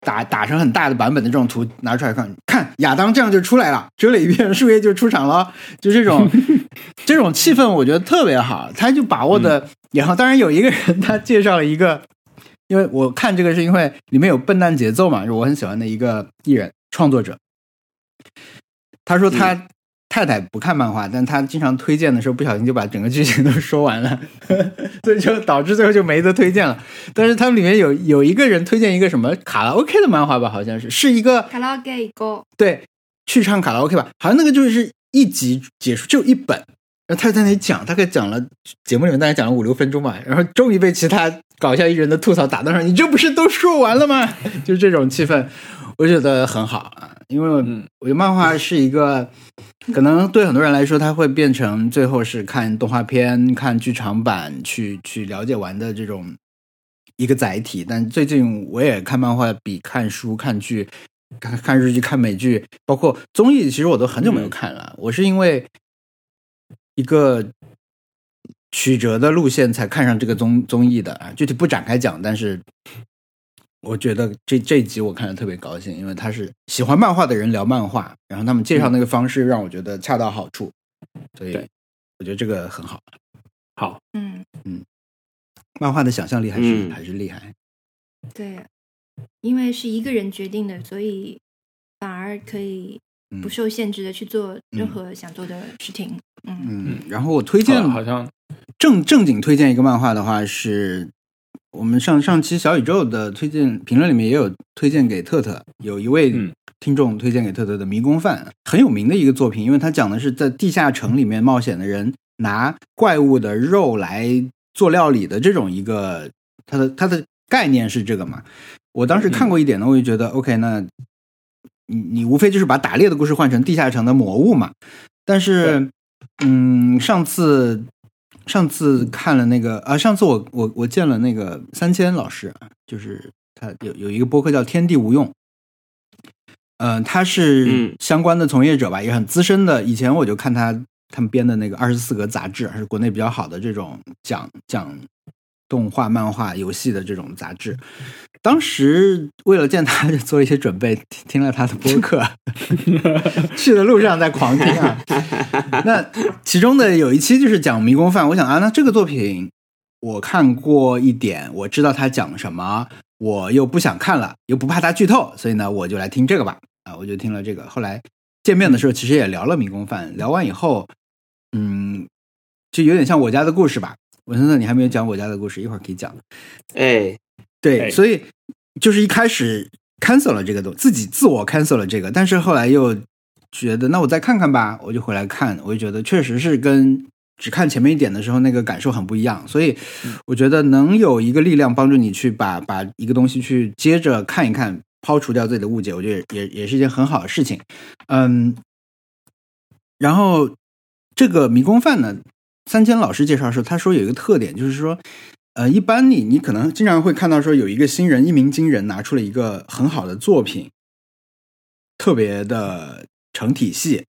打打成很大的版本的这种图拿出来看，看亚当这样就出来了，遮了一片树叶就出场了，就这种这种气氛，我觉得特别好，他就把握的也好。当然有一个人他介绍了一个，因为我看这个是因为里面有笨蛋节奏嘛，是我很喜欢的一个艺人创作者，他说他太太不看漫画，但他经常推荐的时候，不小心就把整个剧情都说完了， 所以就导致最后就没得推荐了。但是他们里面有有一个人推荐一个什么卡拉 OK 的漫画吧，好像是是一个
卡拉 OK 歌，
对去唱卡拉 OK 吧，好像那个就是一集结束就一本。然后他在那里讲，大概讲了节目里面大概讲了五六分钟吧，然后终于被其他搞笑艺人的吐槽打断上，你这不是都说完了吗？ 就这种气氛，我觉得很好啊，因为我
嗯
我觉得漫画是一个，可能对很多人来说，它会变成最后是看动画片、看剧场版去去了解完的这种一个载体。但最近我也看漫画比看书、看剧、看看日剧、看美剧，包括综艺，其实我都很久没有看了。我是因为一个曲折的路线才看上这个综综艺的啊，具体不展开讲，但是我觉得这这一集我看的特别高兴，因为他是喜欢漫画的人聊漫画，然后他们介绍那个方式让我觉得恰到好处，所
嗯
以
对
我觉得这个很好。
好，
嗯，
漫画的想象力还是、
嗯
还是厉害，
对，因为是一个人决定的，所以反而可以
嗯
不受限制的去做任何想做的事情。嗯，
嗯，然后我推荐
好好像
正正经推荐一个漫画的话是。我们上上期小宇宙的推荐评论里面也有推荐给特特，有一位
嗯
听众推荐给特特的《迷宫饭》，很有名的一个作品，因为它讲的是在地下城里面冒险的人拿怪物的肉来做料理的这种一个，它的它的概念是这个嘛。我当时看过一点呢，我就觉得 OK，那你你无非就是把打猎的故事换成地下城的魔物嘛。但是，嗯，上次上次看了那个啊，上次我我我见了那个三千老师啊，就是他有有一个播客叫《天地无用》，嗯，他是
嗯
相关的从业者吧，也很资深的。以前我就看他他们编的那个二十四格杂志，还是国内比较好的这种讲讲动画、漫画、游戏的这种杂志。当时为了见他，就做一些准备，听听了他的播客，去的路上在狂听啊。 那其中的有一期就是讲《迷宫饭》，我想啊，那这个作品我看过一点，我知道他讲什么，我又不想看了，又不怕他剧透，所以呢，我就来听这个吧。啊，我就听了这个。后来见面的时候，其实也聊了《迷宫饭》，聊完以后，嗯，就有点像我家的故事吧。文森特，你还没有讲我家的故事，一会儿可以讲。
哎，
对，
哎
所以就是一开始 cancel 了这个东，自己自我 cancel 了这个，但是后来又觉得那我再看看吧，我就回来看，我就觉得确实是跟只看前面一点的时候那个感受很不一样，所以我觉得能有一个力量帮助你去把把一个东西去接着看一看，抛除掉自己的误解，我觉得也也也是一件很好的事情，嗯，然后这个迷宫饭呢，三千老师介绍的时候，他说有一个特点，就是说，呃，一般你你可能经常会看到说有一个新人一鸣惊人，拿出了一个很好的作品，特别的成体系，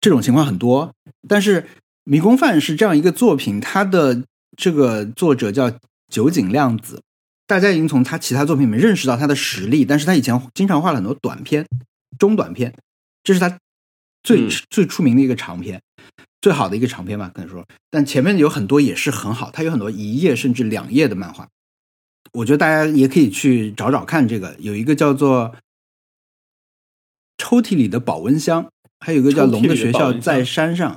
这种情况很多。但是《迷宫饭》是这样一个作品，它的这个作者叫酒井亮子，大家已经从他其他作品里面认识到他的实力，但是他以前经常画了很多短篇、中短篇，这是他最、
嗯
最出名的一个长篇，最好的一个长篇吧，可能说。但前面有很多也是很好，他有很多一页甚至两页的漫画，我觉得大家也可以去找找看。这个有一个叫做《抽屉里的保温箱》，还有一个叫《龙的学校在山上》。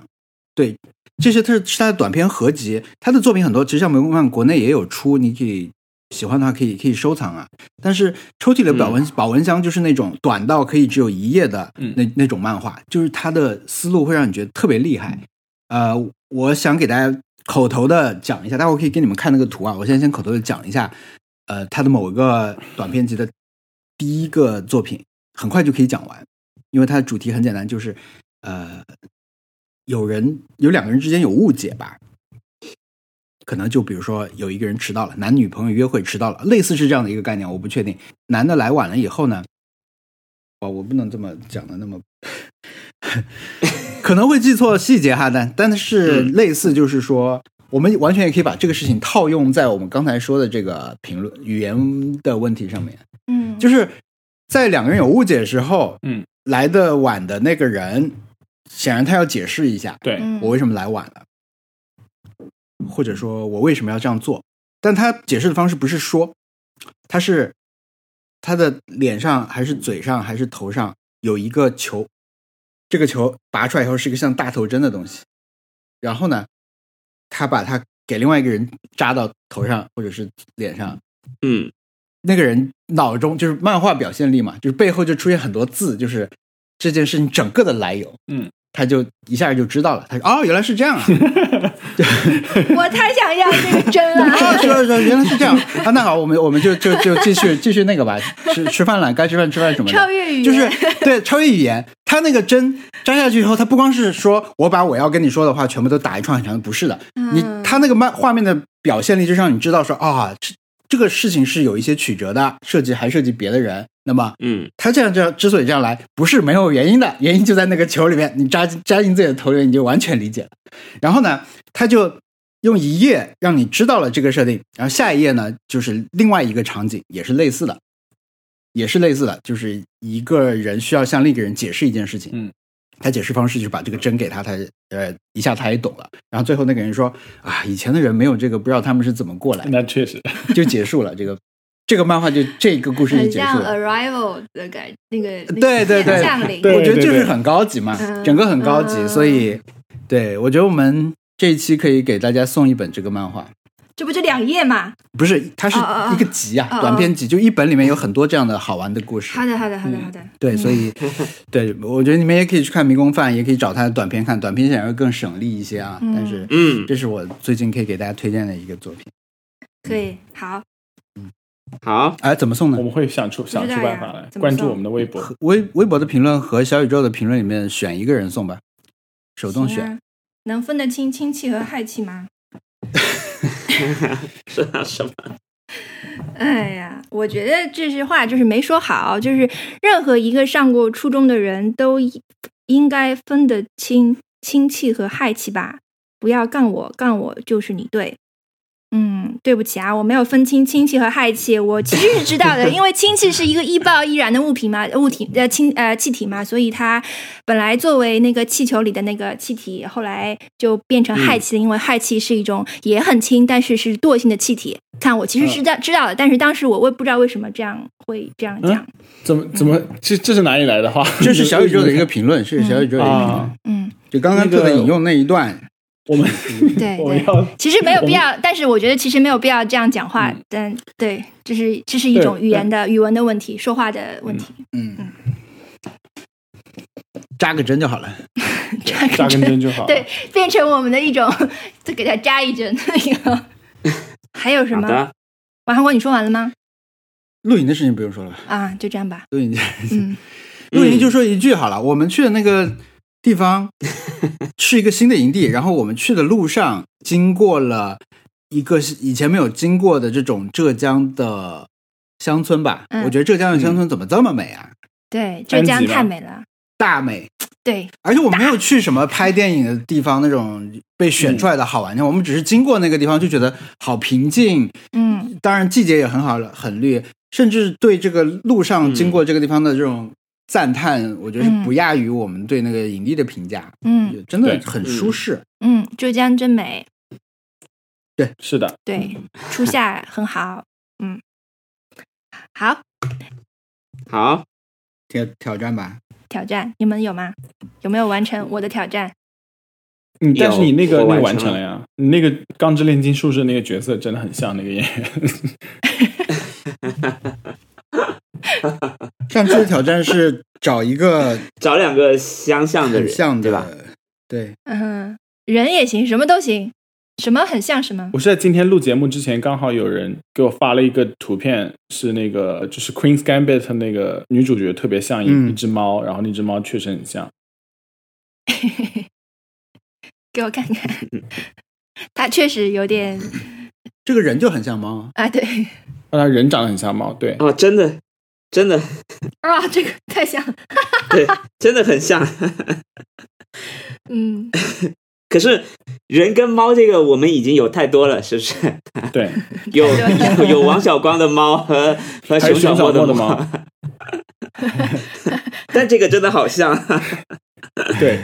对，这些它是是他的短篇合集，他的作品很多，其实像梅公范国内也有出，你可以喜欢的话可以可以收藏啊。但是抽屉里的保温、保温箱就是那种短到可以只有一页的
嗯
那、那种漫画，就是他的思路会让你觉得特别厉害。呃，我想给大家口头的讲一下，待会儿可以给你们看那个图啊。我现在先口头的讲一下，呃，他的某一个短篇集的第一个作品，很快就可以讲完，因为它的主题很简单，就是呃，有人有两个人之间有误解吧，可能就比如说有一个人迟到了，男女朋友约会迟到了，类似是这样的一个概念，我不确定。男的来晚了以后呢，哇，我不能这么讲的那么， 可能会记错细节哈，但但是类似就是说，我们完全也可以把这个事情套用在我们刚才说的这个评论语言的问题上面。
嗯，
就是在两个人有误解的时候，
嗯，
来的晚的那个人，显然他要解释一下，
对，
嗯
我为什么来晚了，或者说我为什么要这样做。但他解释的方式不是说，他是他的脸上还是嘴上还是头上有一个球，这个球拔出来以后是一个像大头针的东西，然后呢，他把它给另外一个人扎到头上或者是脸上，
嗯
那个人脑中就是漫画表现力嘛，就是背后就出现很多字，就是这件事情整个的来由。
嗯，
他就一下就知道了，他说：“哦，原来是这样啊！
我太想要这个 针
哦，
了。
说说原来是这样啊！那好，我们我们就就就继续继续那个吧，吃吃饭了，该吃饭吃饭什么的。
啊超越语言
就是对超越语言，他那个针扎下去以后，他不光是说我把我要跟你说的话全部都打一串很长的，不是的，你
嗯
他那个漫画面的表现力，就让你知道说啊、这这个事情是有一些曲折的，涉及还涉及别的人。那么
嗯
他这样这样之所以这样来，不是没有原因的，原因就在那个球里面，你扎进扎进自己的头里面，你就完全理解了。然后呢，他就用一页让你知道了这个设定，然后下一页呢就是另外一个场景，也是类似的，也是类似的，就是一个人需要向另一个人解释一件事情。
嗯，
他解释方式就是把这个针给他，他呃一下他也懂了。然后最后那个人说啊，以前的人没有这个，不知道他们是怎么过来的，
那确实，
就结束了这个。这个漫画就这个故事就
很
结束
像
了。
Arrival 的感，那个那个
对对对
降临，
对
我觉得就是很高级嘛，
嗯
整个很高级，
嗯
所以对我觉得我们这一期可以给大家送一本这个漫画，
这不就两页嘛？
不是，它
哦
是
哦哦
一个集啊，
哦哦
短篇集，就一本里面有很多这样的好玩的故事
好。嗯的，好的，好的，好的。
对，所以 对我觉得你们也可以去看《迷宫饭》，也可以找他的短篇看，短篇显然会更省力一些啊。
嗯
但是
嗯，
这是我最近可以给大家推荐的一个作品。
可以，好，
好，
哎，怎么送呢
我？们会想出想出办法
嗯不知道
来
呀，怎么
关注
送
我们的微博。
微微博的评论和小宇宙的评论里面选一个人送吧，手动
行
选。
啊。能分得清亲戚和氦气吗？
说到什么？
哎呀，我觉得这些话就是没说好，就是任何一个上过初中的人都应应该分得清亲戚和氦气吧，不要干我，干我就是你对。嗯，对不起啊，我没有分清亲戚和氦气，我其实是知 道的，因为亲戚是一个易爆易燃的物品嘛，物体呃氢呃气体嘛，所以它本来作为那个气球里的那个气体，后来就变成
嗯
氦气了，因为氦气是一种也很轻，但是是惰性的气体。看，我
嗯
其实是知道、知道的，但是当时我我也不知道为什么这样会这样讲，
怎么怎么这这是哪里来的话？
这是小宇宙 的一个评论，这是小宇宙的一个评论。
啊，
嗯，
就刚刚特别引用那一段，
我们
对
我
对
们。要
其实没有必
我
要，但是我觉得其实没有必要这样讲话。
嗯
但对，这是这是一种语言的语文的问题，说话的问题。
嗯，扎个针就好了。
扎
嗯扎
根
根
针，
针就好。
对，变成我们的一种， 就给它扎一针。那个 还有什
好
么？
的，
王韩国，你说完了吗？
露营的事情不用说了吧，
啊，就这样 吧。
露营的
嗯，
露营就说一句好了。我们去的那个地 方是一个新的营地，然后我们去的路上经过了一个是以前没有经过的这种浙江的乡村吧。
嗯
我觉得浙江的乡村怎么这么美啊？
对，浙
安
江
吉吧
太美了。
大美！
对，
而且我们没有去什么拍电影的地方，那种被选出来的好玩的，我们只是经过那个地方就觉得好平静，
嗯，
当然季节也很好了，很绿，甚至对这个路
嗯
上经过这个地方的这种赞叹，我觉得是不亚于我们对那个营地的评价，
嗯
真的
对
很舒适。
嗯，浙江真美。
是的，
对，初夏很好。嗯，好，
好，
挑挑战吧，
挑战你们有吗？有没有完成我的挑战？
嗯，但是你那个
有我
那个
完
完
成
成了呀，你那个《钢之炼金术士》那个角色真的很像那个演员。
上次的挑战是找一个
找两个相像的
很
人，
像 的，
对吧？？
对，
嗯，人也行，什么都行，什么很像什么。
我是在今天录节目之前，刚好有人给我发了一个图片，是那个就是 Queen's Gambit 那个女主角特别像一、
嗯
一只猫，然后那只猫确实很像。啊
给我看看， 他确实有点
这个人就很像猫，
啊，对
啊，人长得很像猫，对，
哦，真的，真的，
啊，这个太像了，
对，真的很像。
嗯，
可是人跟猫这个我们已经有太多了，是不是？
嗯
对，
有
太
有有王小光的猫和和
还有
熊小莫
熊小莫
的
的
猫
猫，
但这个真的好像。啊
对，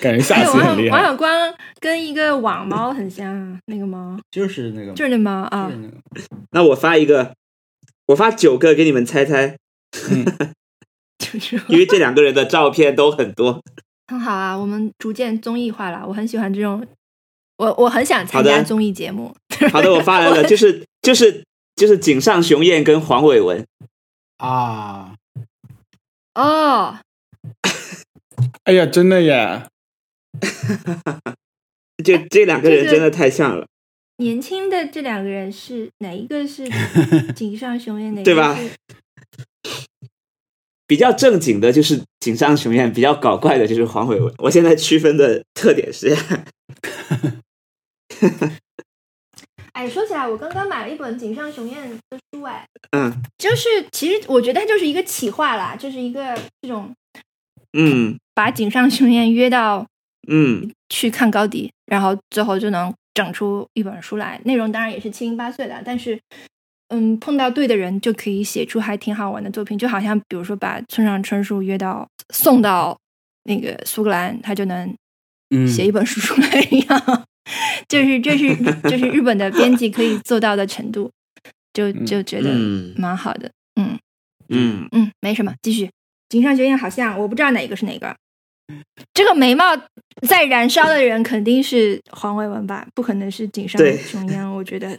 感觉
哎还
下
有
棋
王
很厉
小王
害。
小光跟一个网猫很像，那个猫
就是那个，
就是那猫
就
啊
嗯
是，那个
那我发一个，我发九个给你们猜猜，
就是
因为这两个人的照片都很多。
很好啊，我们逐渐综艺化了，我很喜欢这种，我我很想
好
参
的
加综艺节目，
好的，我发来 了，就是就是就是井上雄彦跟黄伟文，
啊，
哦，
哎呀，真的耶！
就这两个人
这个
真的太像了。
年轻的这两个人是哪一个 是井上雄彦，哪
对
个
吧
是
比较正经的就是井上雄彦，比较搞怪的就是黄伟文。我现在区分的特点是这样，
哎，说起来，我刚刚买了一本井上雄彦的书，哎，
嗯
就是其实我觉得它就是一个企划啦，就是一个这种
嗯
把井上雄彦约到
嗯，
去看高迪，然后最后就能整出一本书来。内容当然也是七零八碎的，但是嗯，碰到对的人就可以写出还挺好玩的作品。就好像比如说把村上春树约到送到那个苏格兰，他就能
嗯，
写一本书出来一样， 就是这是就是日本的编辑可以做到的程度，就就觉得
嗯
蛮好的。
嗯，
嗯，没什么，继续。井上学院好像我不知道哪个是哪个。这个眉毛在燃烧的人肯定是黄伟文吧？不可能是井上
对
雄彦，我觉得。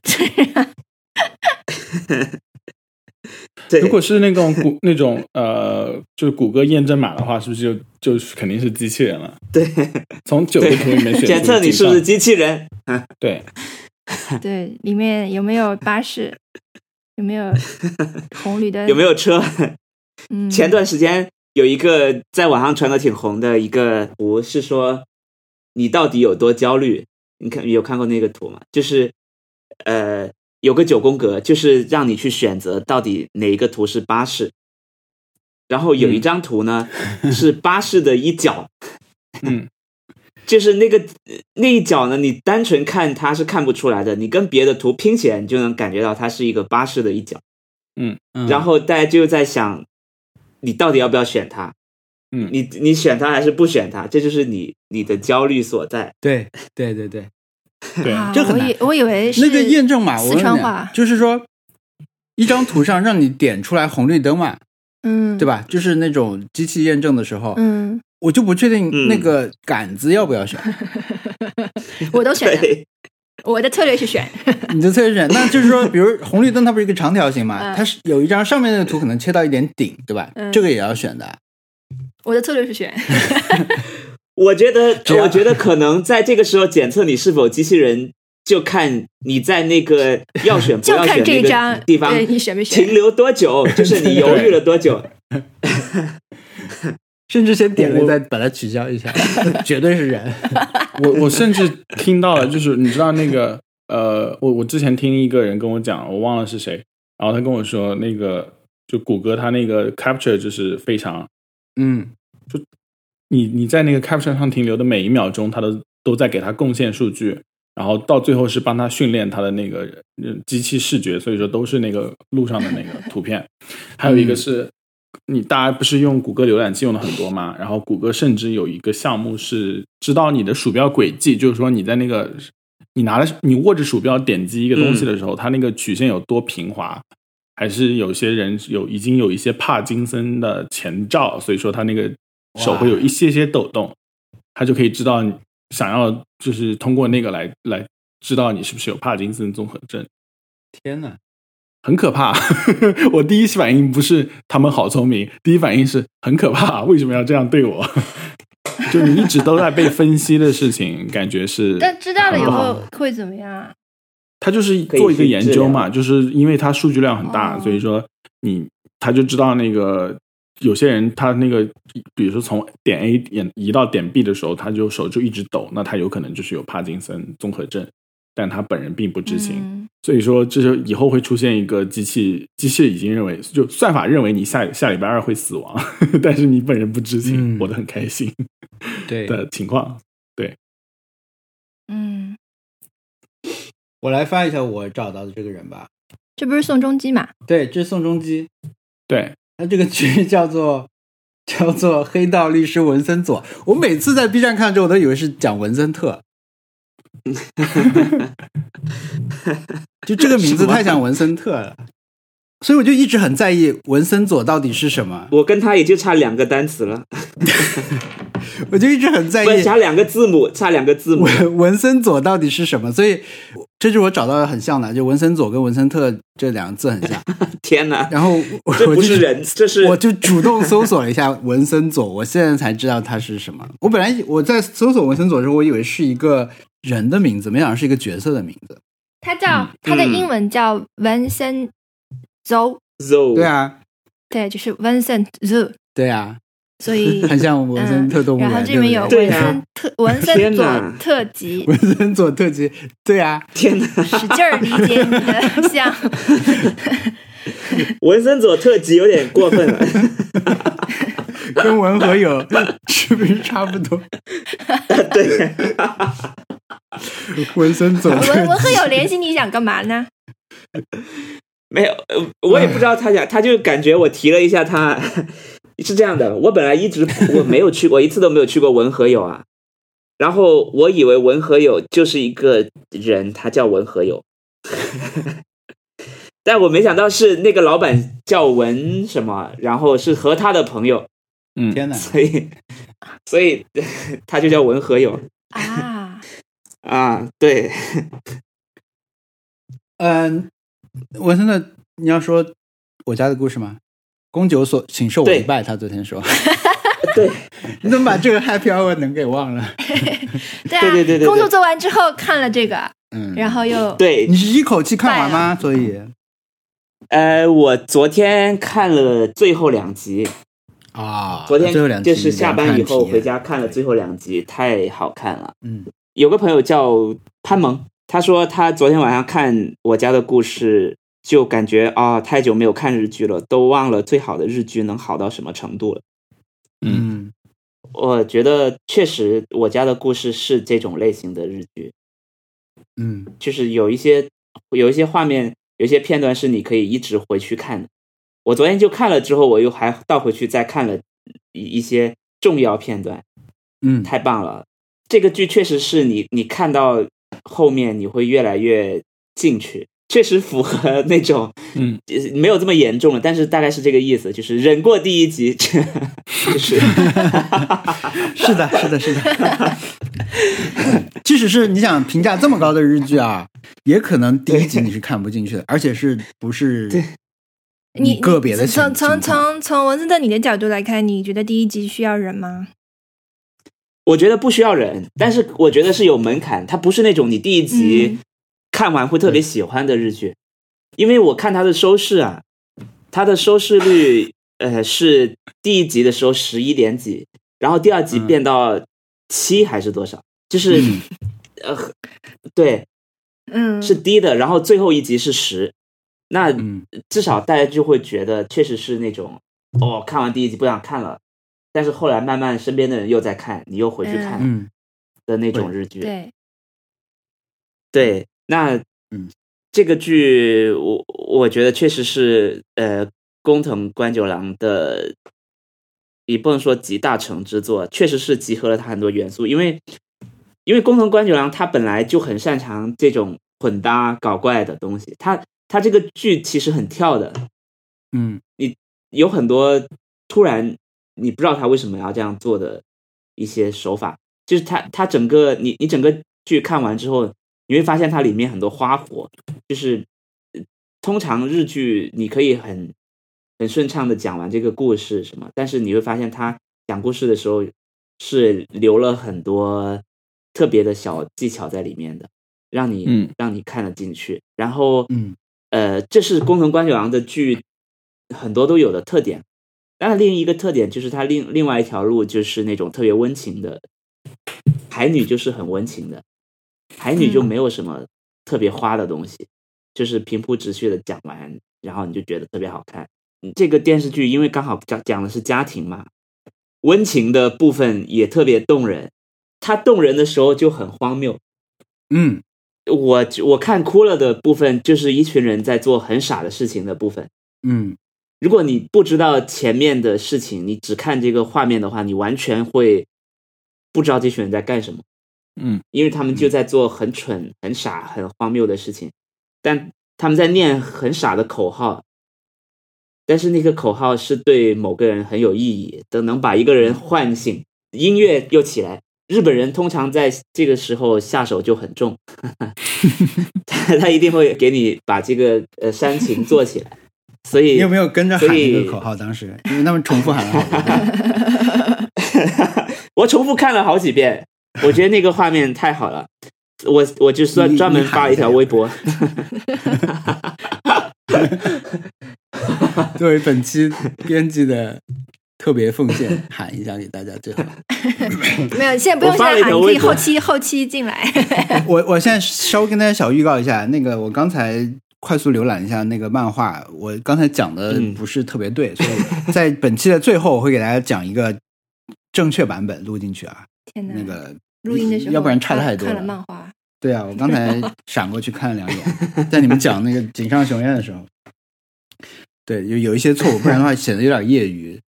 对。
如果是那种谷 那种呃，就是谷歌验证码的话，是不是就就是肯定是机器人了？
对，
从九个图里面 选出
检测你
井
是不是
上
机器人？
对，
对，里面有没有巴士？有没有红绿 灯？
有没有车？
嗯
前段时间有一个在网上传的挺红的一个图，是说你到底有多焦虑？你看有看过那个图吗？就是呃，有个九宫格，就是让你去选择到底哪一个图是巴士。然后有一张图呢、是巴士的一角，
嗯，
就是那个那一角呢，你单纯看它是看不出来的，你跟别的图拼起来，你就能感觉到它是一个巴士的一角。
嗯
然后大家就在想，你到底要不要选它？
嗯
你你选它还是不选它？这就是你你的焦虑所在。
对对对对，
对
啊
这很
我
难
以我以为是
那个验证码，我
四
问
川
你啊
话，
就是说一张图上让你点出来红绿灯嘛，
嗯，
对？吧？就是那种机器验证的时候，
嗯，
我就不确定
嗯
那个杆子要不要选。
我都选了，
对，
我的策略是选，
你的策略选，那就是说，比如红绿灯，它不是一个长条形嘛？
嗯
它是有一张上面的图可能切到一点顶，对吧？
嗯
这个也要选的。
我的策略是选，
我觉得
只要
我觉得可能在这个时候检测你是否机器人，就看你在那 个要选不
就
要
看
选
这
那
张
个地方
对你选没选
停。留多久，就是你犹豫了多 久。
甚至先点
我
了再把它取消一下， 绝对是人。
我我甚至听到了，就是你知道那个呃，我我之前听一个人跟我讲，我忘了是谁，然后他跟我说那个就谷歌它那个 capture 就是非常，
嗯，
你你在那个 capture 上停留的每一秒钟，它都都在给它贡献数据，然后到最后是帮它训练它的那个呃机器视觉，所以说都是那个路上的那个图片。还有一个是、你大家不是用谷歌浏览器用的很多嘛，然后谷歌甚至有一个项目是知道你的鼠标轨迹，就是说你在那个你拿着你握着鼠标点击一个东西的时候，它那个曲线有多平滑。还是有些人有已经有一些帕金森的前兆，所以说他那个手会有一些些抖动，他就可以知道你想要就是通过那个来来知道你是不是有帕金森综合症。
天哪！
很可怕。 我第一反应不是他们好聪明，第一反应是很可怕，为什么要这样对我？ 就你一直都在被分析的事情，感觉是。
但知道了以
很不
后
好，
会怎么样啊？
他就是
可以
做一个
去
研
治
究
疗
嘛，就是因为他数据量很大，
哦
所以说你他就知道那个有些人他那个，比如说从点 A 点移到点 B 的时候，他就手就一直抖，那他有可能就是有帕金森综合症，但他本人并不知情。
嗯
所以说，这就以后会出现一个机器，机器已经认为，就算法认为你下下礼拜二会死亡， 但是你本人不知情，
嗯
活得很开心
对
的情况。
嗯，
我来发一下我找到的这个人吧。
这不是宋仲基嘛？
对，这是宋仲基，
对，
他这个剧 叫做叫做《黑道律师文森佐》。我每次在 B 站看这，我都以为是讲文森特。就这个名字太像文森特了，所以我就一直很在意文森佐到底是什么，
我跟他也就差两个单词了，
我就一直很在
不
意
差两个字母，差两个字母。
文文森佐到底是什么？所以这是我找到的很像的，就文森佐跟文森特这两个字很像。
天哪，
然后我
这
我
不
就是
人，这是
我就主动搜索了一下文森佐，我现在才知道他是什么。我本来我在搜索文森佐的时候，我以为是一个人的名字，没想到是一个角色的名字。
他叫
嗯
他的英文叫 Vincent Zou，
Zo，
对，啊，
对，就是 Vincent Zou，
对啊，
所以嗯
很像文森特动物园。
然后这里面有
对
对不对
文森特文森
天
佐
哪
特辑
不，对文森佐特辑，对啊，
天哪，
使劲儿理解你 的像，
文森佐特辑有点过分了。
跟文和友 是不是差不多？
对，
文森佐特
文文和
辑，
友联系你想干嘛呢？
没有，呃我也不知道他想，他就感觉我提了一下他，是这样的，我本来一直我没有去过，一次都没有去过文和友啊。然后我以为文和友就是一个人，他叫文和友， 但我没想到是那个老板叫文什么，然后是和他的朋友，
嗯，
天哪！
所以所以他就叫文和友
啊，
啊。对，
嗯，文森特，你要说我家的故事吗？公九所，请受我
对
一拜。他昨天说，
对，
你怎么把这个 happy hour 能给忘了？
对啊，
对对对对对
工作做完之后看了这个，
嗯，
然后又
对
你，是一口气看完吗？所以
嗯呃，我昨天看了最后两集，
啊
昨天
最后两集啊
就是下班以后回，
两看体验
家看了最后两集，太好看了。
嗯，
有个朋友叫潘萌，他说他昨天晚上看《我家的故事》，就感觉啊、太久没有看日剧了，都忘了最好的日剧能好到什么程度了。
嗯，
嗯，
我觉得确实，《我家的故事》是这种类型的日剧，
嗯，
就是有一些有一些画面，有一些片段是你可以一直回去看的。我昨天就看了之后，我又还倒回去再看了一一些重要片段，
嗯，
太棒了！这个剧确实是你你看到后面你会越来越进去，确实符合那种
嗯
呃没有这么严重了，但是大概是这个意思，就是忍过第一集，就是
是的，是的，是的。 即使是你想评价这么高的日剧啊，也可能第一集你是看不进去的，而且是不是
你
个别的情
从从
情况
从从文森特你的角度来看，你觉得第一集需要忍吗？
我觉得不需要忍，但是我觉得是有门槛，它不是那种你第一集
嗯
看完会特别喜欢的日剧，因为我看它的收视啊，它的收视率呃是第一集的时候十一点几，然后第二集
嗯
变到七还是多少，就是、
嗯
呃对
嗯，
是低的，然后最后一集是十，那
嗯
至少大家就会觉得确实是那种哦看完第一集不想看了，但是后来慢慢身边的人又在看，你又回去看。
嗯
的那种日剧。
对，
对那
嗯，
这个剧我我觉得确实是呃工藤官九郎的，也不能说集大成之作，确实是集合了他很多元素，因为因为工藤官九郎他本来就很擅长这种混搭搞怪的东西，他他这个剧其实很跳的，
嗯
有很多突然你不知道他为什么要这样做的一些手法，就是他他整个你你整个剧看完之后，你会发现它里面很多花火，就是呃通常日剧你可以很很顺畅的讲完这个故事什么，但是你会发现他讲故事的时候是留了很多特别的小技巧在里面的，让你、
嗯
让你看得进去，然后
嗯
呃，这是工藤官九郎的剧很多都有的特点。当然，另一个特点就是他另另外一条路就是那种特别温情的，海女就是很温情的，海女就
嗯
没有什么特别花的东西，就是平铺直叙的讲完，然后你就觉得特别好看。嗯这个电视剧因为刚好讲讲的是家庭嘛，温情的部分也特别动人，它动人的时候就很荒谬，
嗯
我我看哭了的部分，就是一群人在做很傻的事情的部分。
嗯
如果你不知道前面的事情，你只看这个画面的话，你完全会不知道这群人在干什么，
嗯
因为他们就在做很蠢、很傻、很荒谬的事情，但他们在念很傻的口号，但是那个口号是对某个人很有意义，的，能把一个人唤醒。音乐又起来，日本人通常在这个时候下手就很 重，他他一定会给你把这个呃煽情做起来。所以
你有没有跟着喊
所以
这个口号？当时因为他们重复喊了好 多遍，
我重复看了好几遍，我觉得那个画面太好了，我我就
你
算
你
专门发了一条
啊
微 博。
作为本期编辑的特别奉献，喊一下给大家 最好。
没有，现在不用
我
现
发了
在
一
喊，
条
你可以
微博
后期后期进来。
我我现在稍微跟大家小预告一下，那个我刚才快速浏览一下那个漫画，我刚才讲的
嗯
不是特别对，所以在本期的最后，我会给大家讲一个正确版本录进去啊。
嗯
天哪，
那个
录音的时候，
要不然差太多
看了漫画，
对啊，我刚才闪过去看了两眼，在你们讲那个井上雄彦的时候，对，有有一些错误，不然的话显得有点业余。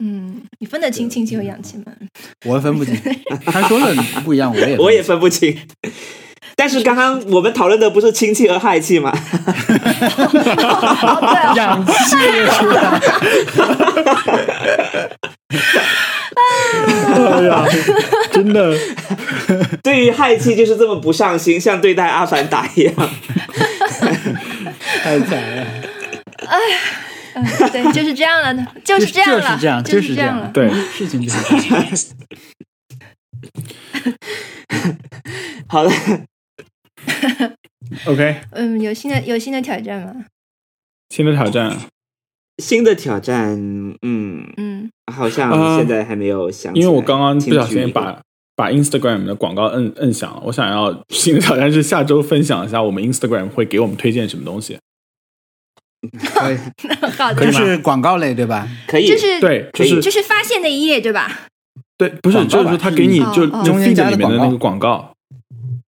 嗯，你分得清亲戚和氧 气吗？
我分 不清，他说了不一样，我也分不
我也
清
分不清。但是刚刚我们讨论的不是氢气和氦气吗？
哦
氧气也出来。
哎呀，真的，
对于氦气就是这么不上心，像对待阿凡达一样。
太惨了。
嗯，对，就是这样 了，就是这样了，
就是这样
就
就是
是
这样
了。
对，
事情就是这样。
好了，
OK，
嗯，有新的有新的挑战吗？
新的挑战，
新的挑战，嗯，
嗯，
好像
啊
现在还没有想起来、
因为我刚刚不小
请举
心
一个
把把 Instagram 的广告摁摁响了。我想要新的挑战是下周分享一下我们 Instagram 会给我们推荐什么东西。
可以，
好
可以
的
就
吗，
是广告类对吧？
可以
这是
对，就是
这是发现的一页对吧？
对，不是，
广告
就是
吧
说他给你
嗯
就
哦哦
就
中间
feed
加的
里面的那个广
广告
告，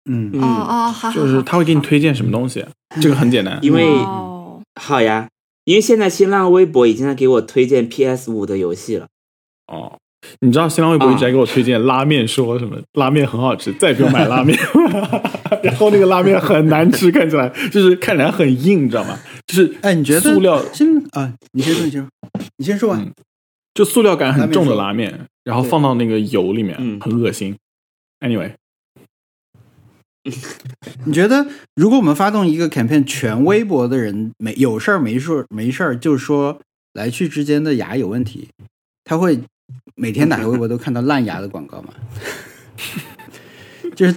嗯，
哦哦，好，好
就是
好
他会给你推荐什么东西，这个很简单。
因为
哇哦
好呀，因为现在新浪微博已经在给我推荐 PS 五的游戏了。
哦，你知道新浪微博一直在给我推荐拉面，说什么拉面很好吃，再也不用买拉面。 然后那个拉面很难吃，看起来就是看起来很硬，你知道吗？就是
哎，你觉得
塑料
真啊？你先说，你先说，你先说吧。
嗯就塑料感很重的拉
拉
面，然后放到那个油里面，
嗯
很恶心。Anyway，
你觉得如果我们发动一个 campaign，全微博的人没有事儿没事儿没事儿就说来去之间的牙有问题，他会每天打开微博都看到烂牙的广告吗？ 就是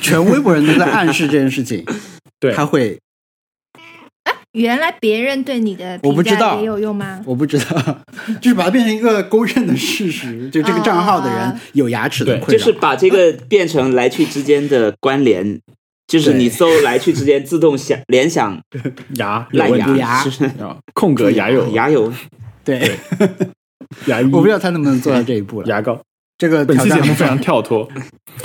全微博人都在暗示这件事情，
对，
他会
原来别人对你的评价
我不知道
也有用 吗？
我不知道， 就是把它变成一个公认的事实， 就这个账号的
啊
人有牙齿的困
就
扰，
是把这个变成来去之间的关联，就是你
对
搜来去之间自动想联想
牙有
烂
问
牙
题，
牙
啊空格牙有
牙有
对，
牙医
我不知道他能不能做到这一 步了。
牙膏。
这个
本
挑
期节
战
目非常跳嗯脱，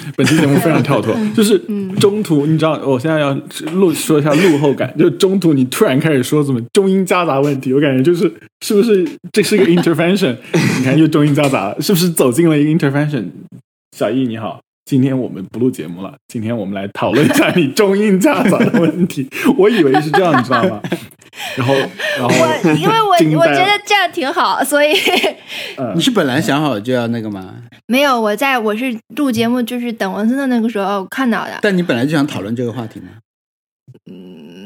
本期节目非常跳脱，就是中途你知道，我现在要录说一下录后感，就是中途你突然开始说什么中英夹杂问题，我感觉就是是不是这 是一个 intervention？你看又中英夹杂了，是不是走进了一个 intervention？小易你好。今天我们不录节目了，今天我们来讨论一下你中英夹杂的问 题。我以为是这样，你知道吗？然后，然后
我因为我
哦 惊
我
呆了
觉得这样挺好，所以
呃
你是本来想好就要那个吗？
没有我在我是录节目，就是等文森的那个时候看到的。
但你本来就想讨论这个话题吗？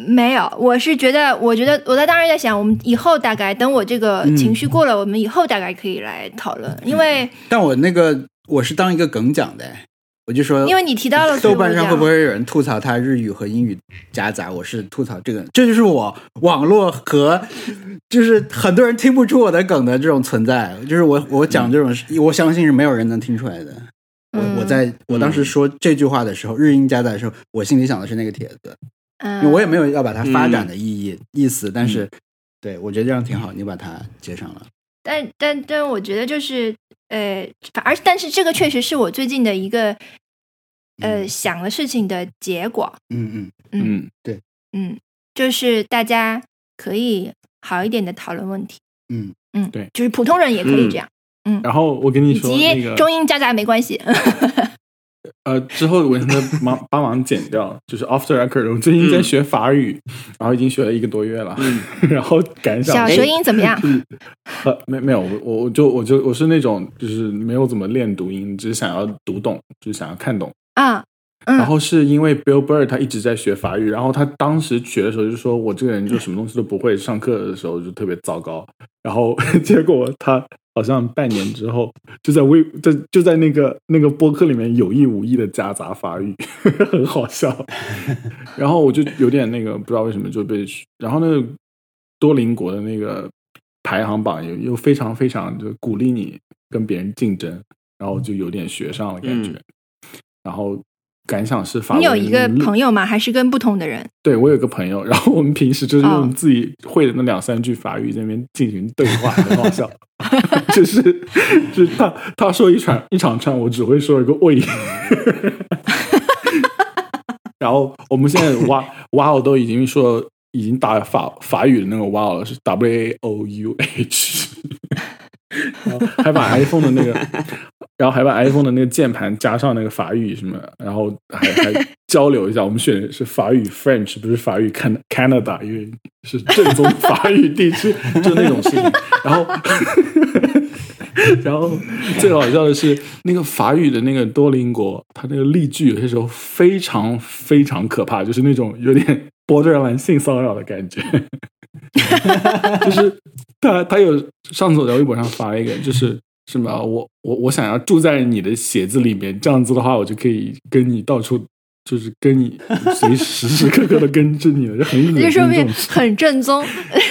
没有，我是觉得，我觉得我在当时在想，我们以后大概等我这个
嗯
情绪过了，我们以后大概可以来讨论，因为
但我那个我是当一个梗讲的，我就说，
因为你提到了
呃豆瓣上会不
所以
会有人吐槽他日语和英语夹杂？我是吐槽这个，这就是我网络和就是很多人听不出我的梗的这种存在，就是我我讲这种，我相信是没有人能听出来的。我
嗯
我在我当时说这句话的时候，日英夹杂的时候，我心里想的是那个帖子，
我这样
因为
嗯，
我也没有要把它发
嗯
展的意义意思，但是对我觉得这样挺好，你把它接上了。
但但但我觉得就是呃，反而但是这个确实是我最近的一个呃、
嗯
想的事情的结果，
嗯嗯，
嗯，
嗯，就是大家可以好一点的讨论问题，
嗯
嗯，
对，
就是普通人也可以这样，
然后我跟你
以
说，那
及
个
中英夹杂没关 系，
呃，之后文森特忙帮忙剪掉，就是 off the record。我最近在学法语，然后已经学了一个多月了， 然后感想
小
哎
是
舌音怎么 样？
呃，没没有，我我我就我就我是那种就是没有怎么练读音，只是想要读懂，就是想要看懂。
啊，嗯
然后是因为 Bill Burr 他一直在学法语，然后他当时学的时候就说我这个人就什么东西都不会，上课的时候就特别糟糕。然后 结果他好像半年之后就在微在就在那个那个播客里面有意无意的夹杂法语， 很好笑。然后我就有点那个不知道为什么就被，然后那个多邻国的那个排行榜又又非常非常就鼓励你跟别人竞争，然后就有点学上了感觉。然后感想是法
你
文
有一个
嗯
朋友吗？还是跟不同的人？
对我有个朋友，然后我们平时就是用
哦
自己会的那两三句法语在那边进行对话，很好笑。 就是就是他他说一场一长串，我只会说一个喂。 然后我们现在哇哇哦都已经说已经打法法语的那个哇哦是 W A O U H，然后还把 iPhone 的那个，然后还把 iPhone 的那个键盘加上那个法语什么，然后还 还交流一下，我们选的是法语 French，不是法语 Can Canada，因为是正宗法语地区，就那种事情。然后，然后最好笑的是，那个法语的那个多邻国，它那个例句有些时候非常非常可怕，就是那种有点 borderline 性骚扰的感觉。 就是他他有上次我在微博上发了一个，就是什么我我我想要住在你的鞋子里面，这样子的话，我就可以跟你到处。就是跟你随时时刻刻的跟着你了，就很 恶心。
这说
这
明
种
很正宗。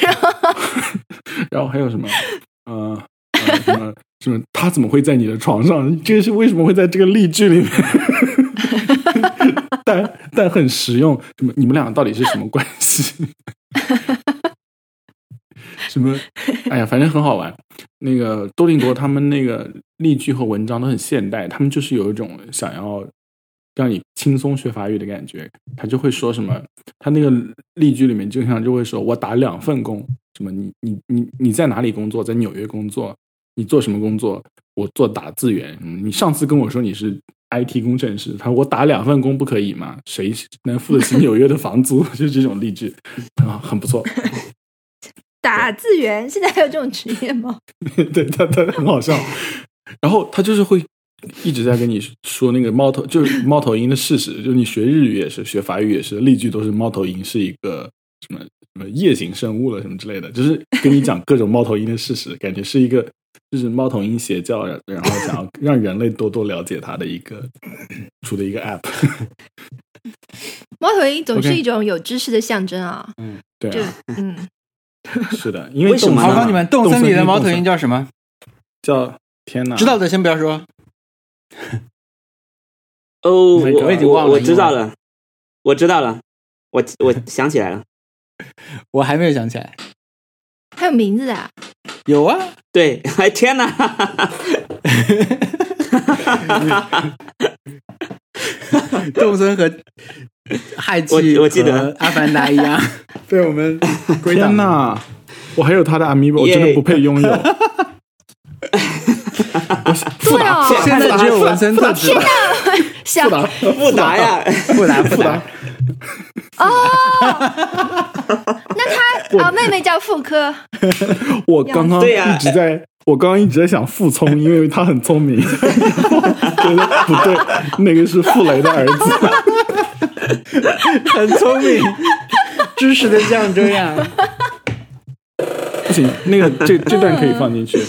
然后还有什么？呃，呃什么什么？他怎么会在你的床上？这个是为什么会在这个例句里面？ 但但很实用。什么？你们俩到底是什么关系？ 什么？哎呀，反正很好玩。那个多林国他们那个例句和文章都很现代，他们就是有一种想要让你轻松学法语的感觉。他就会说什么，他那个例句里面经常就会说：“我打两份工，什么你你你你在哪里工作？在纽约工作，你做什么工作？我做打字员。嗯你上次跟我说你是 IT 工程师，他说我打两份工不可以吗？谁能付得起纽约的房租？” 就是这种例句啊，很不错。
打字员现在还有这种职业 吗？
对他，他很好笑。然后他就是会一直在跟你说那个猫头，就是猫头鹰的事实，就是你学日语也是，学法语也是，例句都是猫头鹰是一个什么什么夜行生物了什么之类的，就是跟你讲各种猫头鹰的事实，感觉是一个就是猫头鹰邪教，然然后想要让人类多多了解它的一个出的一个 app。
猫头鹰总是
OK
一种有知识的象征啊。
对
这
啊，
嗯，
是的，因为
为什么呢
好，帮
动森嘛
你们动森里的猫头鹰
动森
叫什么？
叫天哪，
知道的先不要说。
哦，
我
我
已经忘了
我我
英文
知道了，我知道了，我我想起来了，
我还没有想起来。
还有名字的、啊，
有啊，
对， 哎天哪，
动森和氦气，
我我记得
阿凡达一 样，被我们归档
天
了。
呐，我还有他的 Amiibo，我真的
耶
不配拥有。
对哦，
现在只有文森特知道，
想
不答呀，
不达不达，
啊、妹妹叫妇科，
我刚刚
对呀
一直在，我刚刚一直在想傅聪，因为他很聪明， 然后觉得不对，那个是傅雷的儿子。
很聪明，知识的象征呀。
不行，那个这这段可以放进去。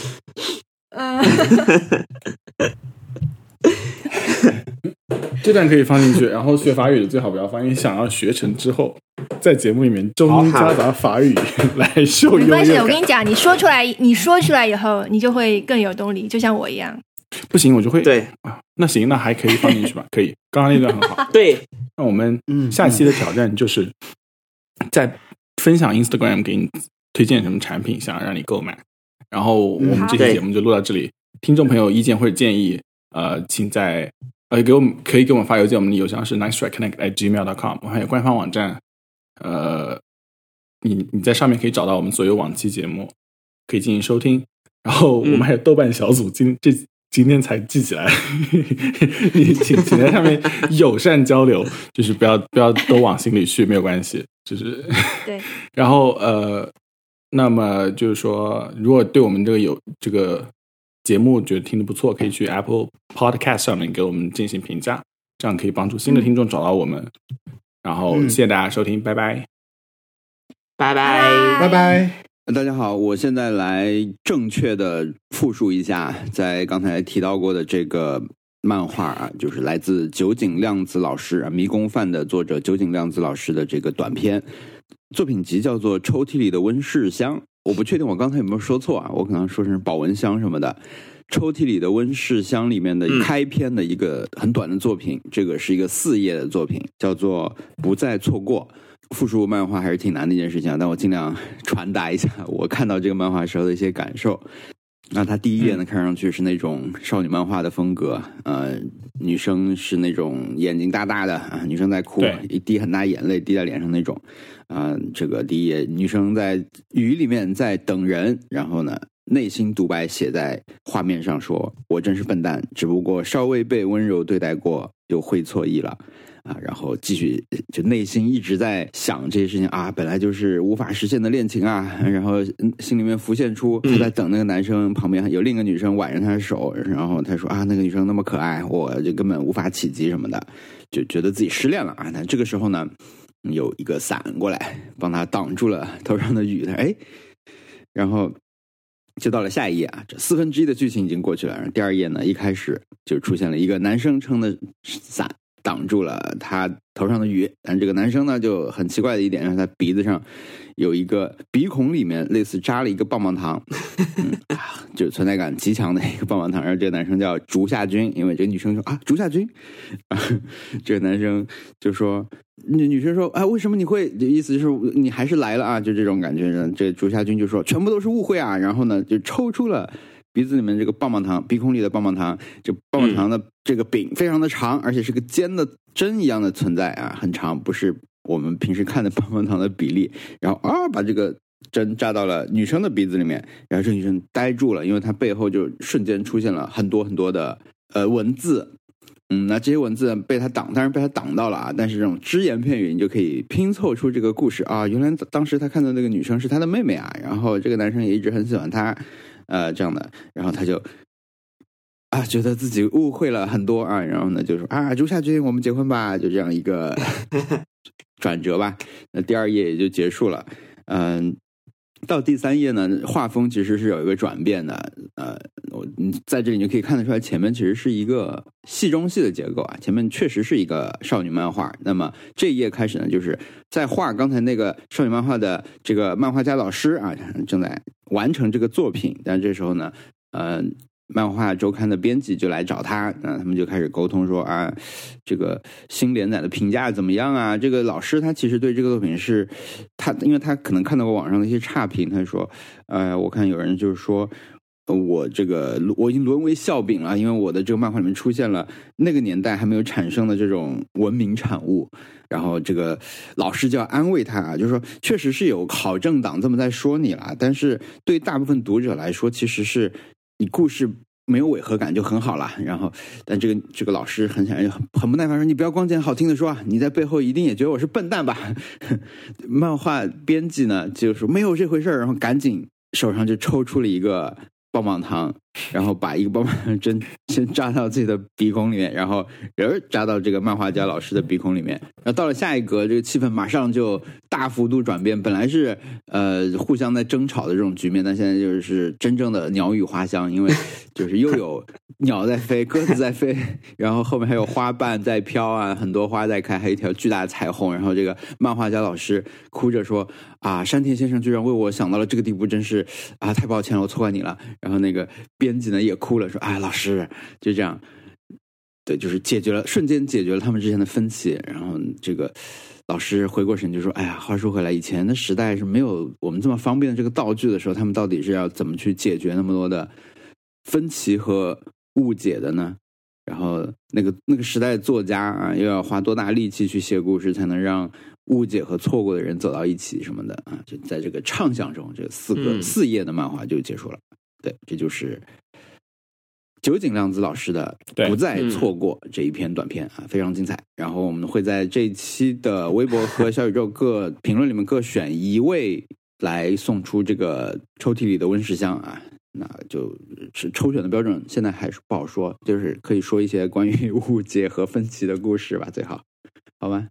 嗯，
这段可以放进去，然后学法语的最好不要放，因为想要学成之后，在节目里面中英夹杂法语来秀
没
优
关系的。
越
我跟
感
你。讲，你说出来，你说出来以后，你就会更有动力，就像我一样。
不行，我就会。
对
啊，那行，那还可以放进去吧？可以，刚刚那段很好。
对，
那我们
嗯
下期的挑战就是在分享 Instagram 给你推荐什么产品，想让你购买。然后我们这期节目就录到这里，听众朋友意见或者建议，呃，请在呃给我们可以给我们发邮件，我们的邮箱是 nice try connect at gmail dot com，我们还有官方网站，呃，你你在上面可以找到我们所有往期节目，可以进行收听。然后我们还有豆瓣小组，今这今天才记起来， 你请请在上面友善交流，就是不要不要都往心里去，没有关系，就是
对，
然后呃，那么就是说，如果对我们这个有这个节目觉得听得不错，可以去 Apple Podcast 上面给我们进行评价，这样可以帮助新的听众找到我们。然后谢谢大家收听，拜拜。
拜拜。
拜
拜。
大家好，我现在来正确的复述一下在刚才提到过的这个漫画啊，就是来自酒井亮子老师《迷宫饭》的作者酒井亮子老师的这个短篇作品集，叫做《抽屉里的温室香》。我不确定我刚才有没有说错啊，我可能说成是保温箱什么的。抽屉里的温室香里面的
嗯
开篇的一个很短的作品，这个是一个四页的作品，叫做《不再错过》。复述漫画还是挺难的一件事情啊，但我尽量传达一下 我看到这个漫画时候的一些感受。那它第一页呢，看上去是那种少女漫画的风格，呃，女生是那种眼睛大大的啊，女生在哭
对，
一滴很大眼泪滴在脸上那种，啊、这个第一页，女生在雨里面在等人，然后呢，内心独白写在画面上说：“我真是笨蛋，只不过稍微被温柔对待过，就会错意了。”啊，然后继续就内心一直在想这些事情啊，本来就是无法实现的恋情啊，然后嗯心里面浮现出他在等那个男生，旁边有另一个女生挽着他的手，然后他说啊，那个女生那么可爱，我就根本无法企及什么的，就觉得自己失恋了啊。那这个时候呢，有一个伞过来帮他挡住了头上的雨，他哎，然后就到了下一页啊，这四分之一的剧情已经过去了。然后第二页呢，一开始就出现了一个男生撑的伞，挡住了他头上的雨。但这个男生呢，就很奇怪的一点，让他鼻子上有一个鼻孔里面类似扎了一个棒棒糖，嗯啊就是存在感极强的一个棒棒糖。然后这个男生叫竹下君，因为这个女生说啊竹下君，啊这个男生就说。女女生说：“哎，为什么你会？意思就是你还是来了啊，就这种感觉。”这竹下君就说：“全部都是误会啊。”然后呢，就抽出了鼻子里面这个棒棒糖，鼻孔里的棒棒糖。这棒棒糖的这个柄非常的长，而且是个尖的针一样的存在啊，很长，不是我们平时看的棒棒糖的比例。然后啊，把这个针扎到了女生的鼻子里面，然后这女生呆住了，因为她背后就瞬间出现了很多很多的呃文字。嗯，那这些文字被他挡，当然被他挡到了啊。但是这种只言片语，你就可以拼凑出这个故事啊。原来当时他看到那个女生是他的妹妹啊，然后这个男生也一直很喜欢她，呃，这样的，然后他就啊，觉得自己误会了很多啊，然后呢就说啊，朱夏君，我们结婚吧，就这样一个 转折吧。那第二页也就结束了，嗯。到第三页呢，画风其实是有一个转变的。呃，我你在这里你就可以看得出来，前面其实是一个戏中戏的结构啊。前面确实是一个少女漫画。那么这一页开始呢，就是在画刚才那个少女漫画的这个漫画家老师啊，正在完成这个作品。但这时候呢，呃，漫画周刊的编辑就来找他，那他们就开始沟通说啊，这个新连载的评价怎么样啊？这个老师他其实对这个作品是，他因为他可能看到过网上的一些差评，他说，呃，我看有人就是说。呃我这个我已经沦为笑柄了，因为我的这个漫画里面出现了那个年代还没有产生的这种文明产物，然后这个老师就要安慰他啊，就是说确实是有考证党这么在说你了，但是对大部分读者来说，其实是你故事没有违和感就很好了。然后，但这个这个老师很显然就很很不耐烦说：“你不要光讲好听的说，啊，你在背后一定也觉得我是笨蛋吧？” 漫画编辑呢就说没有这回事儿，然后赶紧手上就抽出了一个棒棒糖，然后把一个棒棒糖针先扎到自己的鼻孔里面，然后人儿扎到这个漫画家老师的鼻孔里面。然后到了下一格，这个气氛马上就大幅度转变。本来是呃互相在争吵的这种局面，但现在就是真正的鸟语花香，因为就是又有 鸟在飞，鸽子在飞，然后后面还有花瓣在飘啊，很多花在开，还有一条巨大的彩虹。然后这个漫画家老师哭着说：“啊，山田先生居然为我想到了这个地步，真是啊太抱歉了，我错怪你了。”然后那个编辑呢也哭了，说：“啊，老师，就这样。”对，就是解决了，瞬间解决了他们之间的分歧。然后这个老师回过神就说：“哎呀，话说回来，以前的时代是没有我们这么方便的这个道具的时候，他们到底是要怎么去解决那么多的分歧和误解的呢？”然后那个那个时代作家啊，又要花多大力气去写故事，才能让误解和错过的人走到一起什么的啊？就在这个畅想中，这四个、
嗯
四页的漫画就结束了。对，这就是酒井亮子老师的
对
《不再错过》这一篇短片啊，非常精彩。然后我们会在这一期的微博和小宇宙各评论里面各选一位来送出这个抽屉里的温室香啊。那就是抽选的标准，现在还是不好说，就是可以说一些关于误解和分歧的故事吧，最好，好吧？